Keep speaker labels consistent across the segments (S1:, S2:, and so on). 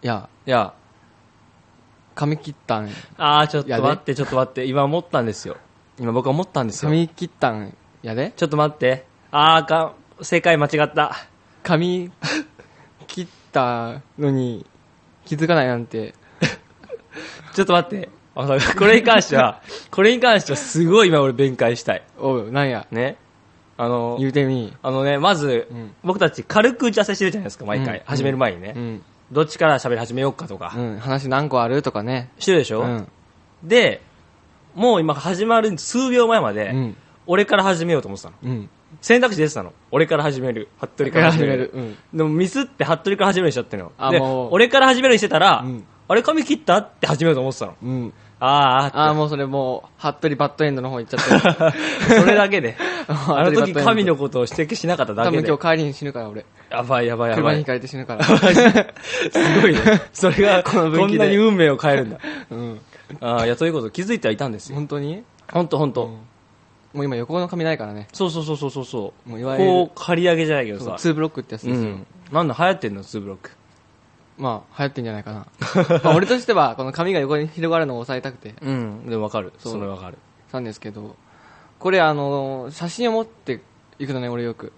S1: いや、いや、髪切ったん、
S2: ああ、ちょっと
S1: やで
S2: 待って、ちょっと待って。今思ったんですよ。今僕は思ったんですよ。
S1: 髪切ったんやで
S2: ちょっと待って。ああ、か、正解間違った。
S1: 髪切ったのに気づかないなんて、
S2: ちょっと 待って。あのこれに関しては、これに関してはすごい今俺弁解したい。
S1: おう、なんや、
S2: ね。あの、
S1: 言うてみ。
S2: あのね、まず、
S1: うん
S2: 僕たち軽く打ち合わせしてるじゃないですか、毎回。
S1: うん
S2: 始める前にね、
S1: うん、
S2: どっちから喋り始めようかとか、
S1: うん、話何個あるとかね。
S2: してるでし
S1: う
S2: ょ、
S1: ん、
S2: で、もう今始まる数秒前まで、
S1: うん、
S2: 俺から始めようと思ってたの。
S1: うん。
S2: 選択肢出てたの。俺から始める。服部から始める。
S1: うん。
S2: でもミスって服部から始めるにしちゃってるの。
S1: あ
S2: で、
S1: もう
S2: 俺から始めるにしてたら、
S1: うん
S2: あれ髪切ったって始めようと思ってたの。
S1: うん。
S2: あーあ
S1: ああ、もうそれもう、服部バッドエンドの方行っちゃ ってる。
S2: ーって、それだけで。
S1: あ
S2: あの時神のことを指摘しなかった
S1: 多
S2: だけ
S1: 分
S2: で
S1: 今。日帰りに死ぬから俺。
S2: やばいやばいやば
S1: 車に
S2: い
S1: ひ。かれて死ぬ から。
S2: す ごいね。それが、こ
S1: の分岐で
S2: んなに運命を変えるんだ。
S1: うん。
S2: ああ、いや、ということを気づいてはいたんですよ。
S1: 本当に
S2: ほんとほん
S1: うん
S2: と。
S1: もう今横の髪ないからね。
S2: そうそうそうそうそうそう。
S1: もういわゆる
S2: こう、借り上げじゃないけどさ。
S1: ツーブロックってやつ
S2: う
S1: ですよ。
S2: ん。なんだ、流行ってんの、ツーブロック。
S1: まあ、流行ってんじゃないかな。まあ俺としては、この髪が横に広がるのを抑えたくて、
S2: うん。でもわかる。
S1: そう
S2: それわかる。
S1: したんですけど、これあの、写真を持っていくのね、俺よく。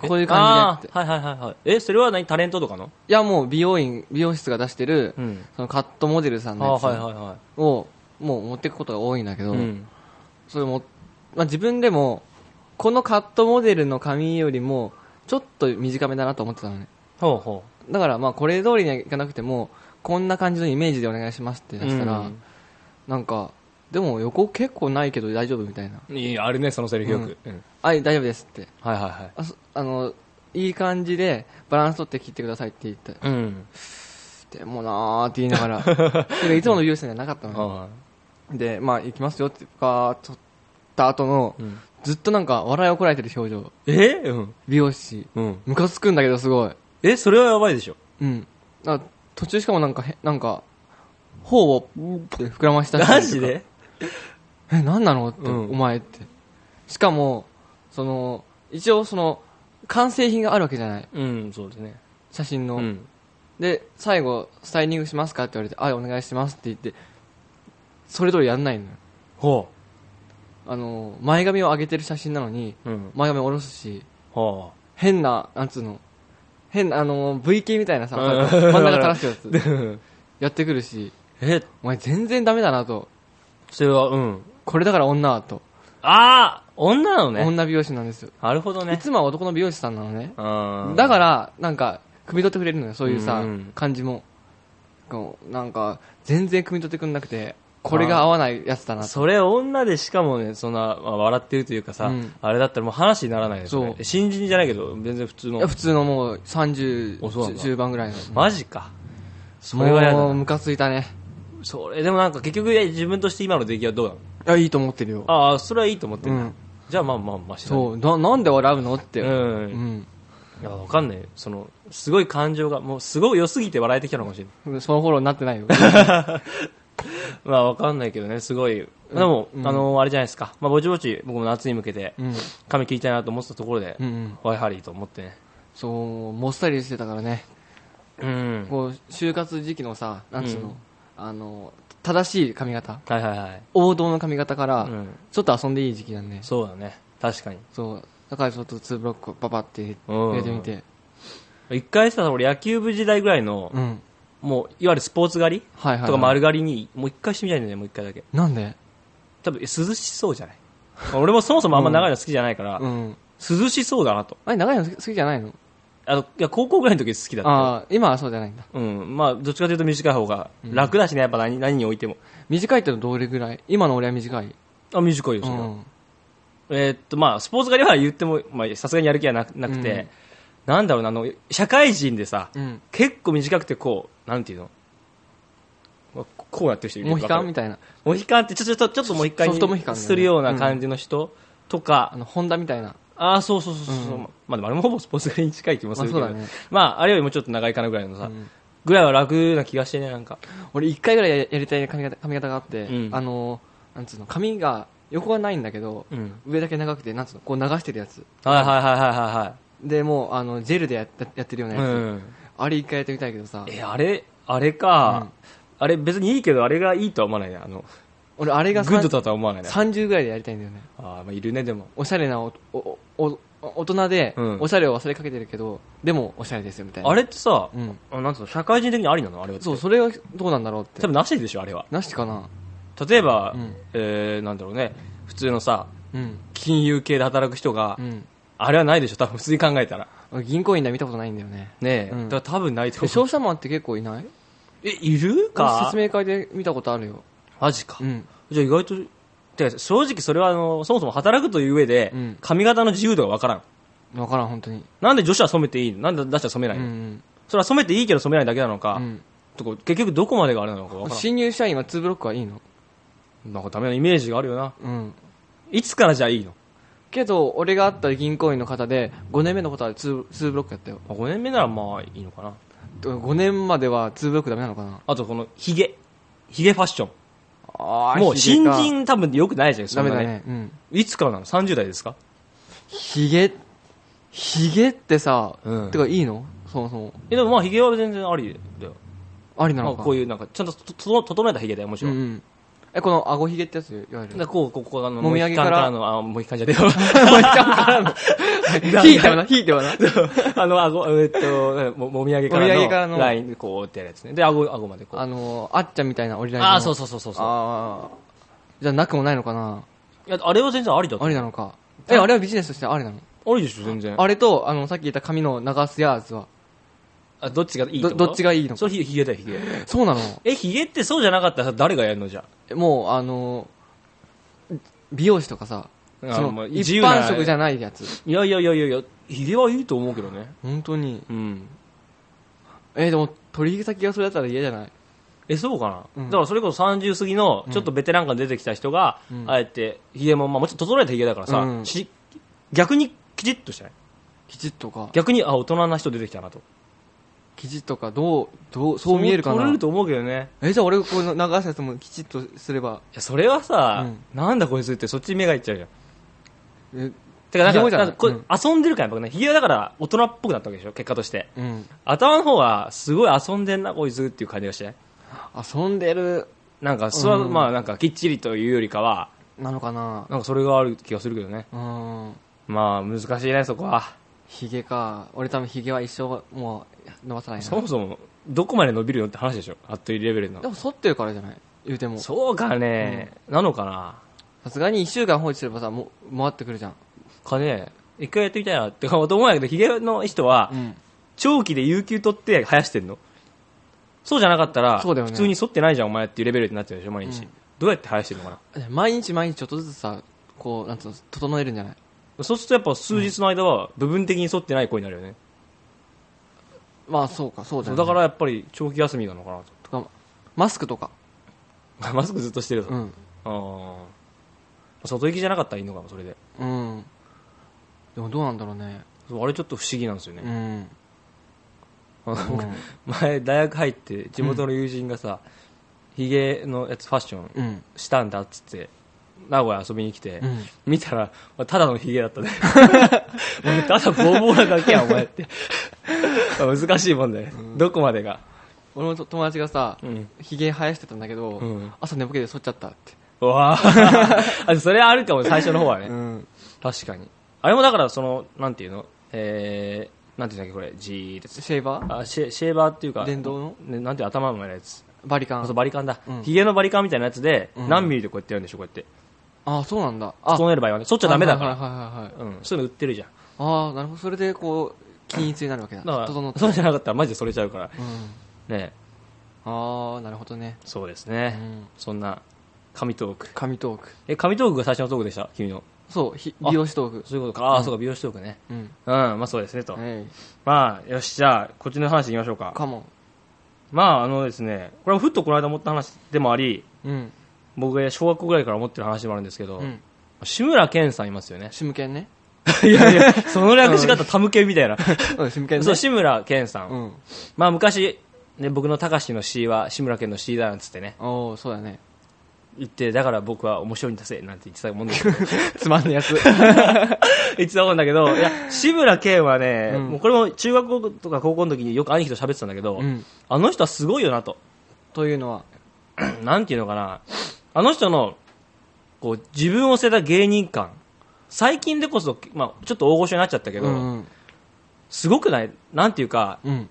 S1: こういう感じで
S2: ああ、はいはいはいはい。え、それは何タレントとかの
S1: いや、もう美容院、美容室が出してる、
S2: うん。
S1: そのカットモデルさん
S2: あ
S1: の
S2: あ、
S1: やつ
S2: はいはいは
S1: を、もう持っていくことが多いんだけ
S2: い。
S1: ど、
S2: うん。
S1: それも、まあ、自分でも、このカットモデルの髪よりも、ちょっと短めだなと思ってたのね。
S2: ほうほ
S1: だから、まあ、これ通りにはいかなくても、こんな感じのイメージでお願いしますって
S2: う。
S1: 出したら、なんか、でも横結構ないけど大丈夫みたいな。
S2: うんいい、あるね、そのセリフよく。うん。
S1: はい、大丈夫ですって。
S2: はいはいはい。
S1: あそあの、いい感じでバランス取って切ってくださいって言って、
S2: うん。
S1: でもなーって言いな がら、でもいつもの美容師さんじゃなかったのね。
S2: は
S1: で、まあ、行きますよって、バーッと取った後の
S2: い、うん
S1: ずっとなんか笑いをこらえてる表情。
S2: えうん。
S1: 美容師。
S2: うん。
S1: ムカつくんだけどすごい。
S2: え、それはやばいでしょ。
S1: うん。あ途中しかもなんかへ、なんか、頬を、って膨らました
S2: マジで
S1: え、なんなのって、
S2: うん
S1: お前って。しかも、その、一応その、完成品があるわけじゃない。
S2: うん、そうですね。
S1: 写真の。
S2: うん。
S1: で、最後、スタイリングしますかって言われて、あ、お願いしますって言って、それ通りやんないのよ。
S2: ほ
S1: あの、前髪を上げてる写真なのに、
S2: う。うん。
S1: 前髪下ろすし、
S2: ほ
S1: 変な、なんつうの、変な、あの、V 系みたいなさ、
S2: うん
S1: 真ん中垂らすやつ
S2: う。、 で
S1: やってくるし、
S2: え、
S1: お前全然ダメだなと。
S2: それは、うん。
S1: これだから女はと。
S2: ああ女なのね。
S1: 女美容師なんですよ。
S2: なるほど
S1: い
S2: ね。
S1: つもは男の美容師さんなのね。
S2: うん
S1: だから、なんか、汲み取ってくれるのよ、そういうさ
S2: うんうん、
S1: 感じも。こうなんか、全然汲み取ってくれなくて、これが合わないやつだなと。
S2: それ女でしかもね、そんな、まあ笑ってるというかさ、
S1: うん
S2: あれだったらもう話にならないですね
S1: そ。う
S2: 新人じゃないけど、全然普通
S1: い
S2: の
S1: や。普通のもう
S2: おそうなん
S1: 30、
S2: だ
S1: 中盤ぐらいの。
S2: マジか。それはや
S1: もう、
S2: だな。
S1: ムカついたね。
S2: それ、でもなんか結局え自分として今の出来はどうなの
S1: いや、いいと思ってるよ。
S2: ああ、それはいいと思って
S1: う
S2: る、んだ
S1: ん。
S2: じゃあまあまあまあ、う。
S1: そう、な、なんで笑うのって。
S2: う。
S1: うんん。
S2: いや、わかんないよ。その、すごい感情が、もうすごい良すぎて笑えてきたのかもしれない。
S1: そのフォローになってないよ。
S2: まあわかんないけどね、すごい。でも、
S1: うん
S2: あの、あれじゃないですか。まあぼちぼち僕も夏に向けて
S1: うん。
S2: 髪切りたいなと思ってたところで
S1: うんう、ん。
S2: ワイハリーと思ってね。
S1: そう、もっさりしてたからね。
S2: うん。
S1: こう、就活時期のさ、なんつう
S2: う
S1: の
S2: ん、
S1: あの、正しい髪型。
S2: はいはいはい。
S1: 王道の髪型から
S2: う、ん。
S1: ちょっと遊んでいい時期なんで。
S2: そうだね。確かに。
S1: そう。だからちょっと2ブロックをパパって
S2: うん
S1: 入れてみて。
S2: 一回さ、俺野球部時代ぐらいの、
S1: うん。
S2: もう、いわゆるスポーツ狩り
S1: はいはいはい。
S2: とか丸狩りに、もう一回してみたいんだよね、もう一回だけ。
S1: なんで
S2: 多分、え涼しそうじゃない俺もそもそもあんま長いの好きじゃないから、
S1: うん。
S2: 涼しそうだなと。
S1: あれ、長いの好き好きじゃないの
S2: あの、いや、高校ぐらいの時好きだった。
S1: ああ、今はそうじゃないんだ。
S2: うん。まあ、どっちかというと短い方が楽だしね、やっぱ何何においても。
S1: 短いってのはどれぐらい今の俺は短い。
S2: あ、短いよ、
S1: う
S2: それは。
S1: ん。
S2: えーっと、まあ、スポーツ狩りは言っても、まあ、さすがにやる気はななくて、なんだろうな、あの、社会人でさ、
S1: うん。
S2: 結構短くてこう、なんていうのまあこうやってる人いる
S1: モヒカンみ
S2: わか
S1: たいな。
S2: るモヒカンって、ちょ、ちょ、ちょちょっともう一回
S1: ソフトモヒカンだよね
S2: するような感じの人と
S1: あ
S2: か、
S1: の、ホンダみたいな。
S2: ああ、そうそうそうそう、
S1: うん
S2: まあ、でもあれもほぼスポーツ狩りに近い気も
S1: ますあ
S2: るけ
S1: そう
S2: ど、ま
S1: だ
S2: あ、
S1: ね。
S2: あ、れよりもちょっと長いかなぐらいのさ、
S1: うん
S2: ぐらいは楽な気がしてね、なんか。
S1: 俺一回ぐらいややりたい髪型髪型があって
S2: う、ん
S1: あの、なんつうの、髪が横がないんだけど、
S2: うん。
S1: 上だけ長くて、なんつうの、こう流してるやつ。
S2: はいはいはいは
S1: で、もう、あの、ジェルでやややってるよう
S2: い
S1: な
S2: はいはい。う
S1: やつ。
S2: ん。
S1: あれ一回やってみたいけどさ。
S2: え、あれ、あれか、あれ別にいいけど、あれがいいとは思わないね。あの、
S1: 俺、あれ
S2: グ
S1: が
S2: ッド
S1: 30
S2: だとは思わないね。
S1: 30ぐらいでやりたいんだよね。
S2: あーまあ、いるね、でも。
S1: おしゃれなおおおお大人で
S2: うん、
S1: おしゃれを忘れかけてるけど、でもおしゃれですよみたいな。
S2: あれってさ、
S1: うん。
S2: あなんつうの、社会人的にありなのあれは。
S1: そう、それはどうなんだろうって
S2: 多。分なしでしょ、あれは。
S1: なしかな
S2: 例えば、
S1: うん
S2: えー、なんだろうね、普通のさ、
S1: うん。
S2: 金融系で働く人が、
S1: うん。
S2: あれはないでしょ、多分普通に考えたら。
S1: 俺銀行員だ見たことないんだよね。
S2: ねえ、
S1: うん
S2: だから多分ない
S1: で
S2: と思う。
S1: 商社マンって結構いない
S2: え、いる
S1: 俺
S2: か
S1: 説明会で見たことあるよ。
S2: マジか。
S1: うん。
S2: じゃあ意外と、てか正直それはあの、そもそも働くという上で、
S1: うん
S2: 髪型の自由度がわからん。
S1: わからん、本当に。
S2: なんで女子は染めていいのなんで男子は染め
S1: う
S2: ないの、
S1: ん
S2: それは染めていいけど染めないだけなの
S1: う
S2: か、
S1: ん。
S2: とか結局どこまでがあれなのかわ
S1: うん。
S2: か
S1: 新入社員は2ブロックはいいの
S2: らん。なんかダメなイメージがあるよな。
S1: うん。
S2: いつからじゃあいいの
S1: けど、俺が会った銀行員の方で、5年目の方は 2, 2ブロックやったよ。
S2: まあ ?5 年目ならまあいいのかな。
S1: 5年までは2ブロックダメなのかな
S2: あとこのヒゲ。ヒゲファッション。
S1: あ
S2: もう新人多分良くないじゃん、そ
S1: ダ
S2: ん
S1: メ
S2: な
S1: だ
S2: ね。
S1: ね。うん。
S2: いつからなの ?30 代ですか
S1: ヒゲ、ヒゲってさ、
S2: うん
S1: てかいいのそもそも。
S2: え、でもまあヒゲは全然ありだよ。
S1: ありな
S2: まあ
S1: のか。
S2: こういうなんか、ちゃんととと整えたヒゲだよ、もち
S1: う
S2: ろ
S1: ん
S2: ん。
S1: うん。え、この顎ヒゲってやつ、いわゆ
S2: だから
S1: る。
S2: こう、ここあの、
S1: もみあげから
S2: モヒカンの、あ、モヒカンじゃねえ わ。モヒカンからの、
S1: ひいてはな、 ひいてはな。
S2: あの、あご、えっと、ももみあげから
S1: もみあげから
S2: の、
S1: の
S2: ラインでこうってやるやつね。で、あご、あごまでこう。
S1: あの、あっちゃんみたいなオリラインの。
S2: ああ、そううそうそうそうそう。
S1: あーじゃあなくもないのかない
S2: や、あれは全然ありだと
S1: ありなのか。え、あれはビジネスとしてありなの
S2: ありでしょ、全然。
S1: あれと、あの、さっき言った髪の流すやつは。
S2: あどっちがいい
S1: ど、どっち
S2: が
S1: がいいの
S2: それヒゲヒゲだよ、ヒゲ。
S1: そうなの
S2: え、ヒゲってそうじゃなかったらさ誰がやるのじゃ
S1: もう、あの、美容師とかさ、
S2: あ
S1: そ
S2: まあ
S1: の、一
S2: 自由な
S1: 般職じゃないやつ。
S2: いやいやいやいやいや、ヒゲはいいと思うけどね。
S1: 本当に。
S2: うん。
S1: え、でも、取引先がそれだったら嫌じゃない
S2: え、そうかな、
S1: うん
S2: だからそれこそ30過ぎの、ちょっとベテラン感出てきた人が、
S1: うん
S2: あえて、ヒゲも、まあもちろん整えたヒゲだからさ、
S1: うん
S2: し逆にきちっとしてない
S1: きちっとか。
S2: 逆に、あ、大人な人出てきたなと。
S1: きちっとか、どう、どう、そう見えるか
S2: 取れ
S1: な
S2: ると思うけどね。
S1: え、じゃあ俺、この流すやつもきちっとすれば、
S2: いや、それはさ、
S1: うん
S2: なんだこいつってそっちに目がいっちゃうじゃん。
S1: え
S2: てか、なん
S1: ひげ
S2: か、
S1: もじゃ
S2: な
S1: ない
S2: んかこれ
S1: うん
S2: 遊んでるからやっぱね、ヒゲはだから大人っぽくなったわけでしょ、結果として。
S1: うん。
S2: 頭の方は、すごい遊んでんな、こいつっていう感じがしてね。
S1: 遊んでる、
S2: なんか、それは、
S1: うん
S2: まあ、なんか、きっちりというよりかは、
S1: なのかな
S2: なんか、それがある気がするけどね。
S1: うん。
S2: まあ、難しいね、そこは。
S1: ヒゲか。俺多分ヒゲは一生、もう、伸ばさないな。
S2: そもそも、どこまで伸びるのって話でしょ。あっというレベルの
S1: で。も、剃ってるからじゃない言うても。さ
S2: そうかね、なのかな。
S1: すがに一週間放置すればさ、もう、回ってくるじゃん。
S2: かね、一回やってみたいなって思うんやけど、ヒゲの人は
S1: う、ん。
S2: 長期で有給取って生やしてんのそうじゃなかったら、
S1: そうだよ
S2: 普
S1: ね
S2: 通に剃ってないじゃん、お前っていうレベルになっちゃうでしょ、毎日。
S1: うん
S2: どうやって生やしてるのか
S1: 毎日毎日ちょっとずつさ、こう、なんつうの、整えるんじゃない
S2: な。そうするとやっぱ数日の間は部分的に剃ってない子になるよね。
S1: まあ、そうか、そうじ
S2: そ
S1: ゃ
S2: う
S1: な
S2: だ
S1: い
S2: からやっぱり長期休みなのかな
S1: とか、マスクとか。
S2: と。 マスクずっとしてると。
S1: うん。
S2: ああ。外行きじゃなかったらいいのかも、それで。
S1: うん。でもどうなんだろうね。
S2: そうあれちょっと不思議なんですよ
S1: う
S2: ね。
S1: ん。うん
S2: 前、大学入って地元の友人がさ、ヒゲのやつファッション
S1: うん。
S2: したんだっつって、名古屋遊びに来て、
S1: うん。
S2: 見たら、ただのヒゲだった ね。もうただボーボーなだけや、お前って。難しいもんだね。どこまでが。
S1: 俺もと友達がさ、
S2: うん。
S1: ヒゲ生やしてたんだけど、
S2: うん
S1: 朝寝ぼけて剃っちゃったって。
S2: う わぁ。あそれあるかも、最初の方はね。
S1: ん。
S2: 確かに。あれもだから、その、なんていうのえー、なんていうんだっけ、これ、G です。
S1: シェーバー
S2: あシェシェーバーっていうか、
S1: 電動の
S2: ね、なんていう頭のやつ。
S1: バリカ
S2: あ、そう、
S1: ン。
S2: バリカンだ
S1: う。ん
S2: ヒゲのバリカンみたいなやつで、
S1: うん
S2: 何ミリでこうやってやるんでしょ、こうやって。
S1: あ、そうなんだ。あ、
S2: 整える場合はね。そっちゃダメだか
S1: はい
S2: ら。
S1: はいはいはいはい。
S2: うん。そういうの売ってるじゃん。
S1: ああ、なるほど。それで、こう、均一になるわけだ。
S2: だから、
S1: 整って。
S2: そうじゃなかったらマジでそれちゃうから。
S1: うん。
S2: ね
S1: ああ、なるほどね。
S2: そうです
S1: う
S2: ね。
S1: ん。
S2: そんな、紙トーク。
S1: 紙トーク。
S2: え、紙トークが最初のトークでした君の。
S1: そう、ひ
S2: あ
S1: 美容師トーク。
S2: そういうことか。ああー、そうか、美容師トークね。
S1: うん。
S2: うん、まあそうですね、と。
S1: えい。
S2: まあ、よし、じゃあ、こっちの話いきましょうか。
S1: カモ
S2: まあ、あのですね、これはふっとこの間思った話でもあり、
S1: ン。うん。
S2: 僕が小学校ぐらいから思ってる話でもあるんですけど、
S1: うん。。
S2: 志村けんさんいますよね
S1: シムケンね。
S2: いやいや、 その略し方、タムケンみ たいな。
S1: うん、シムケンね。
S2: そう、志村けんさん。
S1: うん。
S2: まあ、昔、ね、僕のたかしの C は志村けんの C だなんつってね。
S1: おおそうだね。
S2: 言って、だから僕は面白いんだぜ、なんて言ってたもんだけど、
S1: つまんないやつ。
S2: 言ってたもんだけど、いや、志村けんはね、
S1: うん
S2: もうこれも中学校とか高校の時によく兄貴と喋ってたんだけど、
S1: うん
S2: あの人はすごいよなと。
S1: というのは、
S2: なんていうのかな、あの人の、こう、自分を捨てた芸人感、最近でこそ、まあ、ちょっと大御所になっちゃったけど、
S1: うん
S2: すごくないなんていうか、
S1: うん。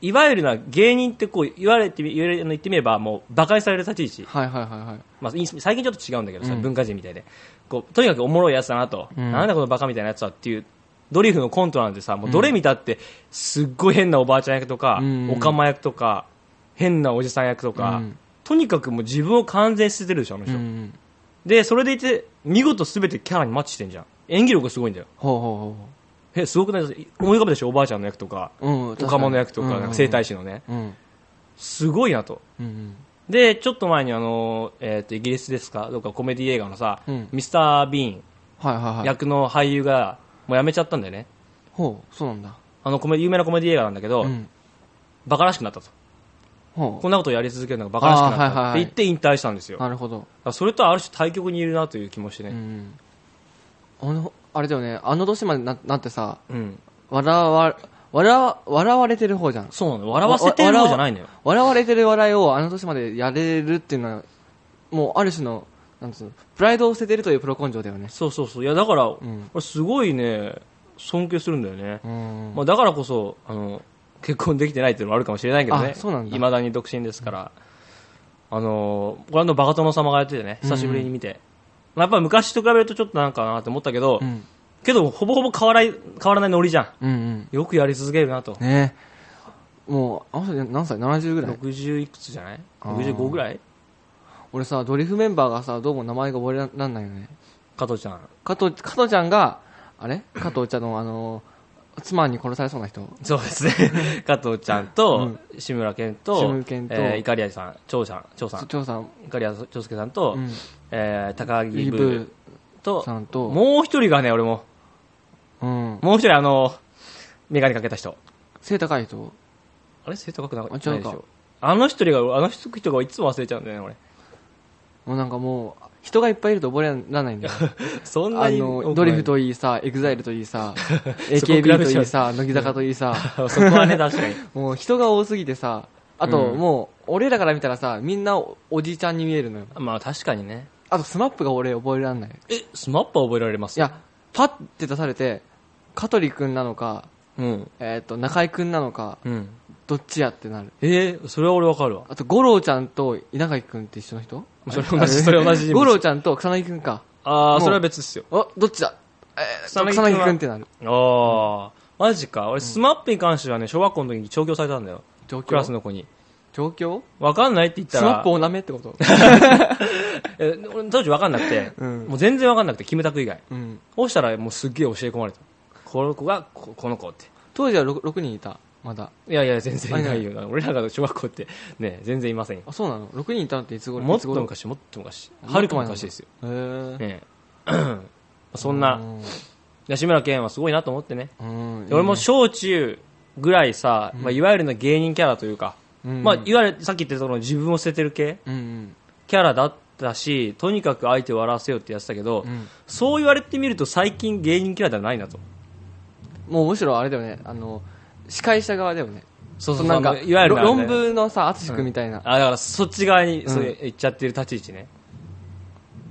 S2: いわゆるな、芸人ってこう、言われてみ、言われ言ってみれば、もう、馬鹿にされる立ち位置。
S1: はいはいはいはい。
S2: まあ、い最近ちょっと違うんだけどさ、
S1: うん
S2: 文化人みたいで。こう、とにかくおもろいやつだなと。
S1: うん
S2: なんだこのバカみたいなやつはっていう、ドリフのコントなんてさ、もうどれ見たって、すっごい変なおばあちゃん役とか、
S1: うん
S2: おかま役とか、変なおじさん役とか、
S1: うん
S2: とにかくもう自分を完全に捨ててるでしょ、あの
S1: う
S2: 人。
S1: ん。
S2: で、それでいて、見事すべてキャラにマッチしてんじゃん。演技力すごいんだよ。
S1: ほうほ
S2: え、すごくない思い浮かべたでしょ、おばあちゃんの役とか、
S1: うほうほう。うん。
S2: おかまの役とか、
S1: 確
S2: な
S1: に
S2: んか整体師のね。
S1: うん。
S2: すごいなと。
S1: うんうん。
S2: で、ちょっと前にあの、えっ、と、イギリスですか、どうかコメディ映画のさ、
S1: うん
S2: ミスター・ビーン
S1: はいはいはい。
S2: 役の俳優が、もう辞めちゃったんだよね。
S1: ほう、そうなんだ。
S2: あのコメ、有名なコメディ映画なんだけど、
S1: うん。
S2: バカらしくなったと。
S1: ほ
S2: こんなことやり続けるのがバカらしくなっ
S1: あー
S2: た
S1: はいはいはい
S2: って言って引退したんです
S1: う。
S2: よ。だ
S1: なるほど。
S2: からそれとはある種対極にいるなという気もして
S1: う
S2: ね。
S1: ん。あの、あれだよね、あの年までななってさ、
S2: うん。
S1: 笑わ、笑わ、笑われてる方じゃん。
S2: そうなの。笑わせてる方じゃないのよ。
S1: 笑われてる笑いをあの年までやれるっていうのは、もうある種の、なんつうの、プライドを捨ててるというプロ根性だよね。
S2: そうそうそう。いや、だから、
S1: ん
S2: 俺すごいね、尊敬するんだよね。
S1: うん。
S2: まあ、だからこそ、あの、結婚できてないっていうのもあるかもしれないけどね。
S1: あそうなんだ
S2: 未だに独身ですから。あの、これあのバカ殿様がやっててね、久しぶりに見て。まあやっぱ昔と比べるとちょっとなんかなって思ったけど、
S1: うん。
S2: けど、ほぼほぼ変わらない、変わらないノリじゃ
S1: うんうん。
S2: ん。よくやり続けるなと。
S1: ねもう、あの人何歳 ?70 ぐらい
S2: 60いくつじゃない
S1: あー
S2: ?65 ぐらい
S1: 俺さ、ドリフメンバーがさ、どうも名前が覚えらんないよね。
S2: 加藤ちゃん。
S1: 加藤、加藤ちゃんが、あれ加藤ちゃんのあの、妻に殺されそうな人。
S2: そうで すね。加藤ちゃんと、志村けんと、
S1: 志村けんと
S2: えー、いかりやさん、長さん、長さん、
S1: 長さん、
S2: いかりや長介さんと、
S1: うん。
S2: えー、高木
S1: イ
S2: ブ
S1: ブ
S2: ーと、
S1: さんと、
S2: もう一人がね、俺も、
S1: うん。
S2: もう一人あの、メガネかけた人。
S1: 背高い人。
S2: あれ生徒書くなか
S1: あ
S2: った
S1: 違
S2: で
S1: う
S2: し
S1: か
S2: ょ。あの一人が、あの人がいつも忘れちゃうんだよね、
S1: もうなんかもう、人がいっぱいいると覚えられないんだよ。
S2: 俺。 そんな
S1: あ
S2: に。
S1: の、ドリフ。といいさ、エグザイルといい さ、
S2: 比べ
S1: AKB と
S2: ちゃ
S1: い
S2: う
S1: いさ、乃木坂といいさ、
S2: そこはね、確かに。
S1: もう人が多すぎてさ、あと
S2: うん
S1: もう、俺らから見たらさ、みんなおおじいちゃんに見えるのよ。
S2: まあ確かにね。
S1: あとスマップが俺覚えられない。い
S2: え、スマップは覚えられます
S1: や、パッて出されて、香取くんなのか、
S2: うん。
S1: えっ、と、中居くんなのか、
S2: うん。
S1: どっちやってなる。
S2: えー、それは俺わかるわ。
S1: あと、五郎ちゃんと稲垣くんって一緒の人
S2: それ同じ、それ同じ人
S1: 五
S2: 物。
S1: 郎ちゃんと草薙くんか。
S2: ああ、
S1: もう
S2: それは別ですよ。
S1: あ、どっちだえー、
S2: 草
S1: 草
S2: 薙
S1: 薙
S2: くんは
S1: くんってなる。
S2: ああ、マジか。俺、スマップに関してはね、小学校の時に調教されたんだよ。
S1: 状況
S2: クラスの子に。
S1: 状況
S2: わかんないって言っ
S1: ス
S2: た
S1: マ
S2: ら
S1: ップ、をなめってこと
S2: え俺当時わかんなくて、
S1: うん
S2: もう全然わかんなくて、キムタク以外。
S1: うん。
S2: そうしたら、もうすっげえ教え込まれた。この子が、ここの子って。
S1: 当時は 6, 人いた。まだ。
S2: いやいや、全然いないよな。俺らが小学校って、ね、全然いませんよ。
S1: あ、そうなの ?6 人いたのっていつ頃
S2: もっ
S1: いつ
S2: と
S1: 頃
S2: 昔、もっと昔。
S1: もっと前
S2: はるか昔ですよ。
S1: へー
S2: ね そんな、
S1: う
S2: 吉村健はすごいなと思ってね。
S1: ん。うん
S2: 俺も小中ぐらいさ、まあ、いわゆるの芸人キャラというか、
S1: うん
S2: まあ、いわゆるさっき言ったその自分を捨ててる系
S1: うんうん。
S2: キャラだったしとにかく相手を笑わせようってやってたけど、
S1: うん
S2: そう言われてみると最近芸人キャラではないなと
S1: もうむしろあれだよね。あの、司会者側だよね。
S2: そう
S1: そうなんか、
S2: いわゆる
S1: ろ
S2: あれね
S1: 論文のさ、淳君みたいな。
S2: あだからそっち側に
S1: ん
S2: それ言っちゃってる立ち位置ね、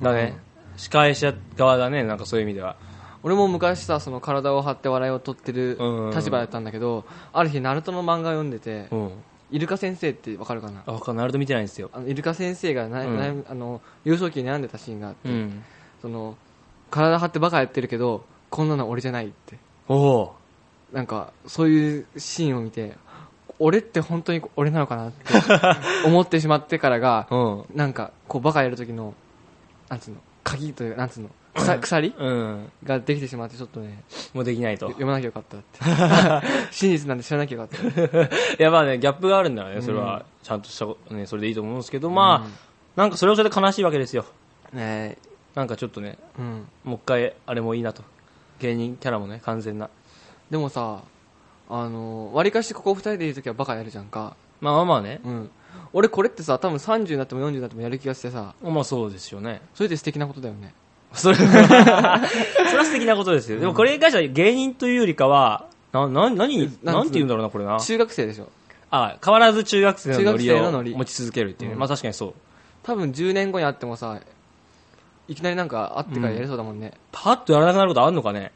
S2: だね、司会者側だねなんかそういう意味では
S1: 俺も昔さ、その体を張って笑いを取ってる
S2: うん
S1: 立場だったんだけど、ある日、ナルトの漫画を読んでて
S2: う、ん
S1: イルカ先生ってわかるかな
S2: あ他ナルト見てないんですよ
S1: あのイルカ先生がな、
S2: うん
S1: 悩みあの幼少期に悩んでたシーンがあって、
S2: うん
S1: その体張ってバカやってるけどこんなの俺じゃないって
S2: おお
S1: なんかそういうシーンを見て俺って本当に俺なのかなって 思ってしまってからが
S2: う、ん
S1: なんかこうバカやる時のなんつうの鍵というかなんつうの鎖鎖
S2: うん
S1: ができてしまってちょっとね
S2: もうできないと
S1: 読まなきゃよかったって真実なんて知らなきゃよかった
S2: いやまあね、ギャップがあるんだらね、それは、ちゃんとしたこと、ね、それでいいと思うんですけど、まあ、なんかそれはそれで悲しいわけですよ。
S1: ね
S2: なんかちょっとね、
S1: えうん
S2: もう一回、あれもいいなと。芸人キャラもね、完全な。
S1: でもさあの割りかしここ二人でいる時はバカやるじゃんか
S2: まあまあまあね。
S1: うん、俺これってさ、多分30になっても40になってもやる気がしてさ、
S2: まあそうですよね。
S1: それって素敵なことだよね。
S2: それそれは素敵なことですよ。でもこれに関しては芸人というよりかは、な、な、何、なんて言うんだろうな、これな。
S1: 中学生でしょ。
S2: あ、変わらず中学生のノリ
S1: 中学生の
S2: を
S1: ノリ
S2: 持ち続けるっていうね。
S1: うん
S2: まあ確かにそう。
S1: 多分10年後に会ってもさ、いきなりなんか会ってからやりそうだもんね。
S2: パッとやらなくなることあるのかね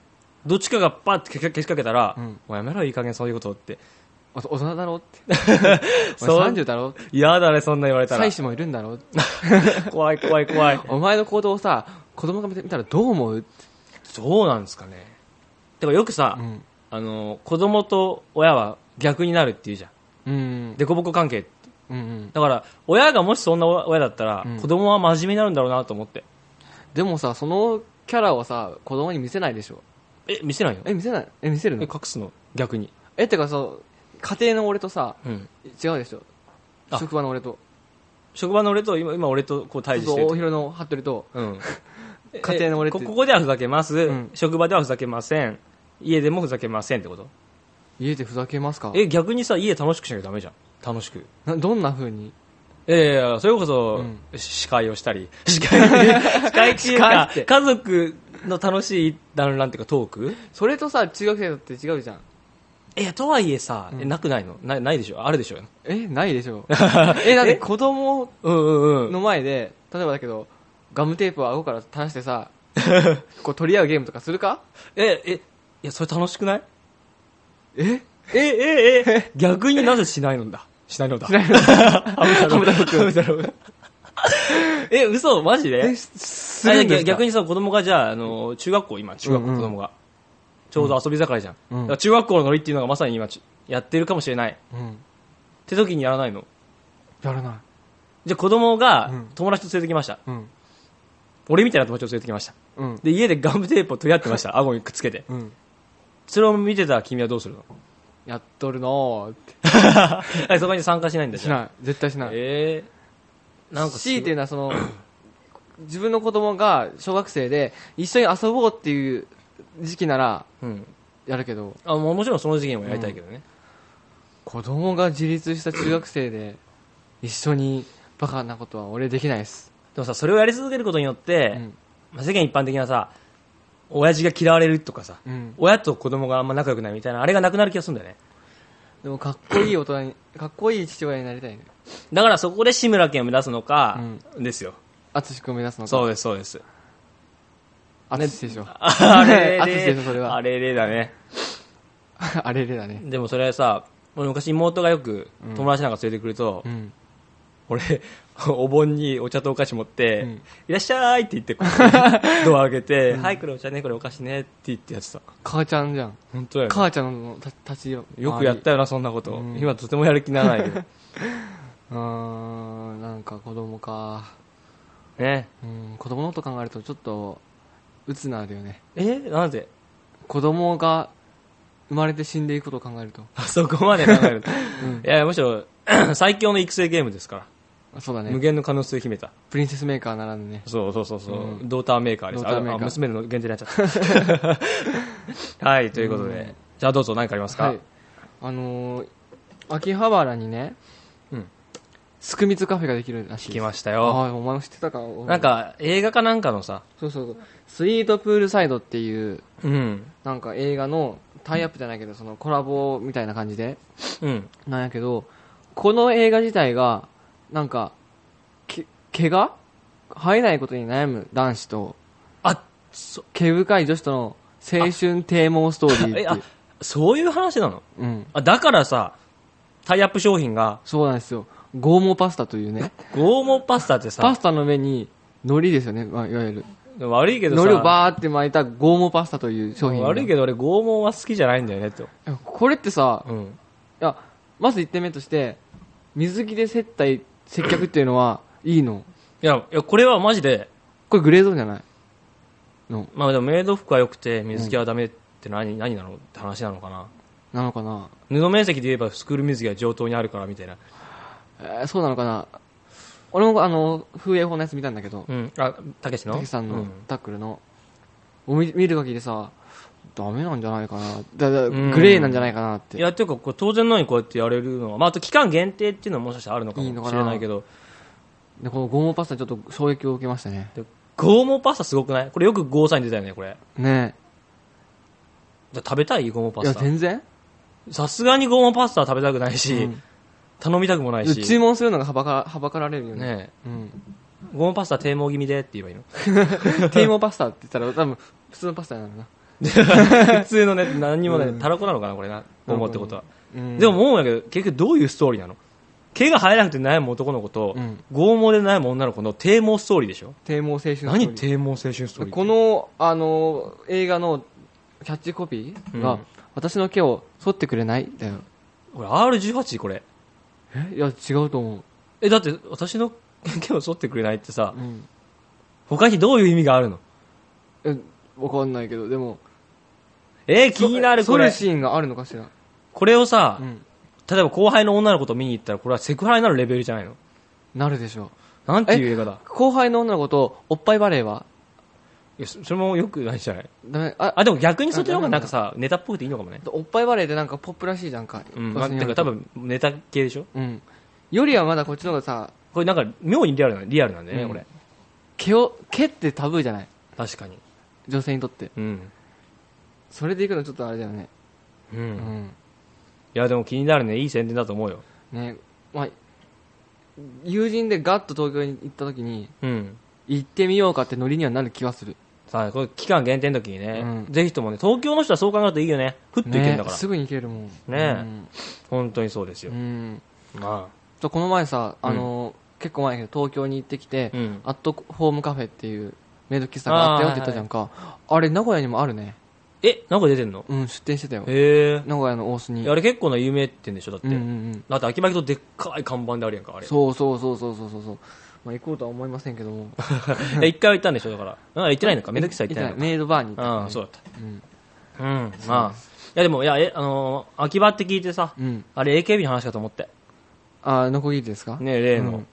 S2: どっちかがパッと消し消しかけたら、
S1: うん
S2: もうやめろ、いい加減そういうことって。
S1: お大人だろって。
S2: そう
S1: 俺30だろ
S2: 嫌だね、そんな言われたら
S1: 妻。子もいるんだろ
S2: 怖い怖い怖い。
S1: お前の行動をさ、子供が見たらどう思う
S2: そうなんですかね。てかよくさ、
S1: うん。
S2: あの、子供と親は逆になるっていうじゃ
S1: う
S2: ん。
S1: ん。
S2: 凸凹関係って。
S1: うんうん。
S2: だから、親がもしそんな親だったら、
S1: うん
S2: 子供は真面目になるんだろうなと思って。
S1: でもさ、そのキャラをさ、子供に見せないでしょ。
S2: え、見せないよ。え、
S1: え、見せないえ、見せるの
S2: 隠すの逆に。
S1: え、てかさ、家庭の俺とさ、
S2: うん。
S1: 違うでしょ。
S2: あ
S1: 職場の俺と。
S2: 職場の俺と、今、今俺とこう対峙し
S1: そう
S2: て
S1: そう大
S2: る。
S1: 広の服部と、
S2: うん。
S1: 家庭の俺
S2: え
S1: と
S2: こここではふざけます、
S1: うん
S2: 職場ではふざけません。家でもふざけませんってこと
S1: 家でふざけますか
S2: え、逆にさ、家楽しくしなきゃダメじゃん。楽しく。
S1: などんな風に
S2: いやいやいやそれこそ、
S1: うん
S2: 司会を したり、司会っていう、司会っていう
S1: 司会
S2: か
S1: って、
S2: 家族の楽しい団らんっていうかトーク
S1: それとさ、中学生だって違うじゃん。
S2: いや、とはいえさ、
S1: うん
S2: えなくないのなないでしょあるでしょ
S1: え、ないでし ょ。え、だって子供
S2: うんうんうん。
S1: の前で、例えばだけど、ガムテープを顎から垂らして さ、こう取り合うゲームとかするか
S2: え、え、いや、それ楽しくない
S1: え
S2: え、え、 え、逆になぜしないのだしないのだ。しないのだ。え、嘘マジで
S1: え、すするんです
S2: あ
S1: か
S2: 逆にさ、子供がじゃあ、あの、中学校、今、中学校
S1: うんう
S2: 子
S1: ん
S2: 供が。ちょうど遊び盛りじゃん。
S1: うん
S2: だから中学校のノリっていうのがまさに今、ちやってるかもしれない。っ
S1: うん。
S2: て時にやらないの。
S1: やらない。
S2: じゃあ子供が
S1: うん
S2: 友達と連れてきました。
S1: うん。
S2: 俺みたいな友達を連れてきました。
S1: うん。
S2: で、家でガムテープを取り合ってました。顎にくっつけて。
S1: うん。
S2: それを見てた君はどうするの
S1: やっとるのーって
S2: あそこに参加しないんだ
S1: し
S2: じゃん。
S1: ない。絶対しない。
S2: えー、なんかす
S1: 強いて言うのはその 自分の子供が小学生で一緒に遊ぼうっていう時期なら
S2: うん。
S1: やるけど
S2: あ、もうもちろんその時期もやりたいけどね。
S1: 子供が自立した中学生で一緒にバカなことは俺できないです、
S2: でもさ、それをやり続けることによっ
S1: う
S2: て、
S1: ん
S2: まあ世間一般的なさ、親父が嫌われるとかさ、
S1: うん、
S2: 親と子供があんま仲良くないみたいな、あれがなくなる気がするんだよね。
S1: でもかっこいい大人にかっこいい父親になりたいね
S2: だからそこで志村けんを目指すのか、ですよ。
S1: 淳君を目指すのか
S2: そうです、そうです。
S1: 淳でしょ
S2: あれ
S1: 淳
S2: れ
S1: でしょそれは
S2: あれれだね。
S1: あれれだね
S2: でもそれさ、俺昔妹がよく友達なんか連れてくると、
S1: うん
S2: 俺、 お盆にお茶とお菓子持って、
S1: うん
S2: いらっしゃいって言って、こうドア開けて、はい、これお茶ね、これお菓子ねって言ってやってた。
S1: 母ちゃんじゃん
S2: 本当だよね、
S1: 母ちゃんのた立ちよ
S2: よくやったよな、そんなこと。
S1: うん
S2: 今とてもやる気にならないけど。
S1: うーんなんか子供か
S2: ね。
S1: うん子供のこと考えるとちょっと鬱なんだよね
S2: えなぜ
S1: 子供が生まれて死んでいくことを考えると、
S2: あ そこまで考 えると。いやいや、むしろ、 最強の育成ゲームですから。
S1: そうだ
S2: 無
S1: ね
S2: 限の可能性を秘めた。
S1: プリンセスメーカーならぬね
S2: そうそうそうそう、
S1: うん
S2: ドーターメーカーです。
S1: ドーターメーカー
S2: ああ娘の限定になっち ゃった。はい、ということで。
S1: うん
S2: じゃあどうぞ何かありますか、
S1: はいあのー秋葉原にね、
S2: うん
S1: スクミツカフェができるらしい
S2: 聞
S1: で
S2: き
S1: す
S2: ました
S1: あ
S2: よ。
S1: あお前も知ってたか
S2: なんか、映画かなんかのさ、
S1: そうそうそうスイートプールサイドっていう
S2: うん。
S1: なんか映画のタイアップじゃないけどそのコラボみたいな感じで
S2: うん。
S1: なんやけどこの映画自体がなんかけ毛が生えないことに悩む男子と
S2: あ、そ、
S1: 毛深い女子との青春啓蒙ストーリーってい
S2: え、
S1: う
S2: あ、そういう話なの
S1: うん、
S2: あ、だからさ、タイアップ商品が、
S1: そうなんですよ。ゴーモパスタというね、
S2: ゴーモパスタって
S1: パ
S2: さ
S1: ス、タの上に海苔ですよね、まあいわゆる。
S2: 悪いけど
S1: 海
S2: さ、
S1: 苔をバーって巻いたゴーモパスタという商品。
S2: 悪いけど俺ゴーモは好きじゃないんだよね、と。
S1: ど。これってさ、
S2: うん。
S1: いや、まず1点目として、水着で接待、接客っていうのはいいの。
S2: いや、いや、これはマジで、
S1: これグレーゾーンじゃないの、
S2: まあでもメイド服は良くて、水着はダメって何、何なのって話なのかな。
S1: なのかな
S2: 布面積で言えばスクール水着は上等にあるからみたいな、
S1: えーそうなのかな俺もあの、風営法のやつ見たんだけど、
S2: うん、あたけしの
S1: たけしさん
S2: う
S1: の
S2: ん
S1: タックルの、お見見る限りさ、ダメなんじゃないかな。だだ
S2: うん
S1: グレーなんじゃないかなっ
S2: い
S1: て。
S2: や、ていうか、これ当然のようにこうやってやれるのは、まあ、あと期間限定っていうのももしかしたらあるのか
S1: いいの
S2: も
S1: か
S2: し
S1: な
S2: れないけど、
S1: で、このゴムパスタちょっと衝撃を受けましたね。
S2: でゴーモパスタすごくないこれよくゴーサイン出たよね、これ。
S1: ね
S2: じゃあ食べたいゴーモパ
S1: いや、
S2: スタ。
S1: 全然。
S2: さすがにゴーモパスタは食べたくないし、
S1: うん
S2: 頼みたくもないし。
S1: 注文するのがはばからはばかられるよね。
S2: ね
S1: うん。
S2: えゴーモパスタ低毛気味でって言え ばいいの
S1: テイモパスタって言ったら多分普通のパスタになるな。
S2: 普通のね、何にもね、たらこなのかな、これな、ゴーモってことは。
S1: うん
S2: でも、思うんやけど、結局どういうストーリーなの毛が生えなくて悩む男の子と、
S1: うん
S2: 剛毛で悩む女の子の低毛ストーリーでしょ
S1: 低毛青春ストーリー
S2: 何低毛青春ストーリー
S1: この、あの、映画のキャッチコピーが、
S2: うん
S1: 私の毛を剃ってくれないだよ。
S2: これ R18 これ。
S1: えいや、違うと思う。
S2: え、だって私の 毛を剃ってくれないってさ、
S1: うん。
S2: 他にどういう意味があるの
S1: え、わかんないけど、でも、
S2: えー気になる
S1: そ剃
S2: こ
S1: る
S2: れ。
S1: シーンがあるのかしら。
S2: これをさ、
S1: うん。
S2: 例えば後輩の女の子と見に行ったら、これはセクハラになるレベルじゃないの
S1: なるでしょう。
S2: なんていう映画だ。
S1: 後輩の女の子と、おっぱいバレーはい
S2: や、そそれもよくないじゃない
S1: ダメ、あ、
S2: あ、でも逆にそっちの方がなんかさ、ネタっぽくていいのかもね。
S1: おっぱいバレーってなんかポップらしいじゃんか。
S2: うん。ま
S1: 場
S2: あ
S1: 所に
S2: て
S1: よ
S2: か
S1: る
S2: 多
S1: と
S2: 分ネタ系でしょ
S1: うん。よりはまだこっちの方がさ、
S2: これなんか妙にリアルな、リアルなんだよね、
S1: うん
S2: これ。
S1: 毛を、毛ってタブーじゃない
S2: 確かに。
S1: 女性にとって。
S2: うん。
S1: それで行くのちょっとあれだよね。
S2: う。
S1: うんん。
S2: いや、でも気になるね。いい宣伝だと思うよ。
S1: ね、まあ、友人でガッと東京に行った時に、
S2: うん。
S1: 行ってみようかってノリにはなる気はする。
S2: さあ、これ期間限定の時にね、
S1: うん
S2: ぜひともね、東京の人はそう考えるといいよね。ふっと行けるんだから。
S1: すぐに行けるもん。
S2: ね本当にそうです
S1: え
S2: よ
S1: う。ん。
S2: ま
S1: とこの前さ、あの、結構前だけど東京に行ってきて
S2: あ。、うん。
S1: アットホームカフェっていうメイド喫茶があったよって言ったじゃんか。あ,、れ、名古屋にもあるね。
S2: え、なんか出てんの
S1: うん、出店してたよ。
S2: へえ。
S1: 名古屋の大須に。
S2: あれ結構な有名店でしょだって。
S1: うんうんうん。
S2: だって秋葉原とでっかい看板であるやんか、あ れ。
S1: そうそうそうそうそうそうそう。まあ行こうとは思いませんけども。
S2: え一回は行ったんでしょだから。なんか行ってないのか、めんどくさい行ってないのか。
S1: メイドバーに行った
S2: うん、そうだっ
S1: うん。
S2: た。うん、まあ。いやでも、いや、え、あのー、秋葉って聞いてさ、
S1: うん。
S2: あれ AKB の話かと思って。
S1: あ、ノコギリですか
S2: ね、例の。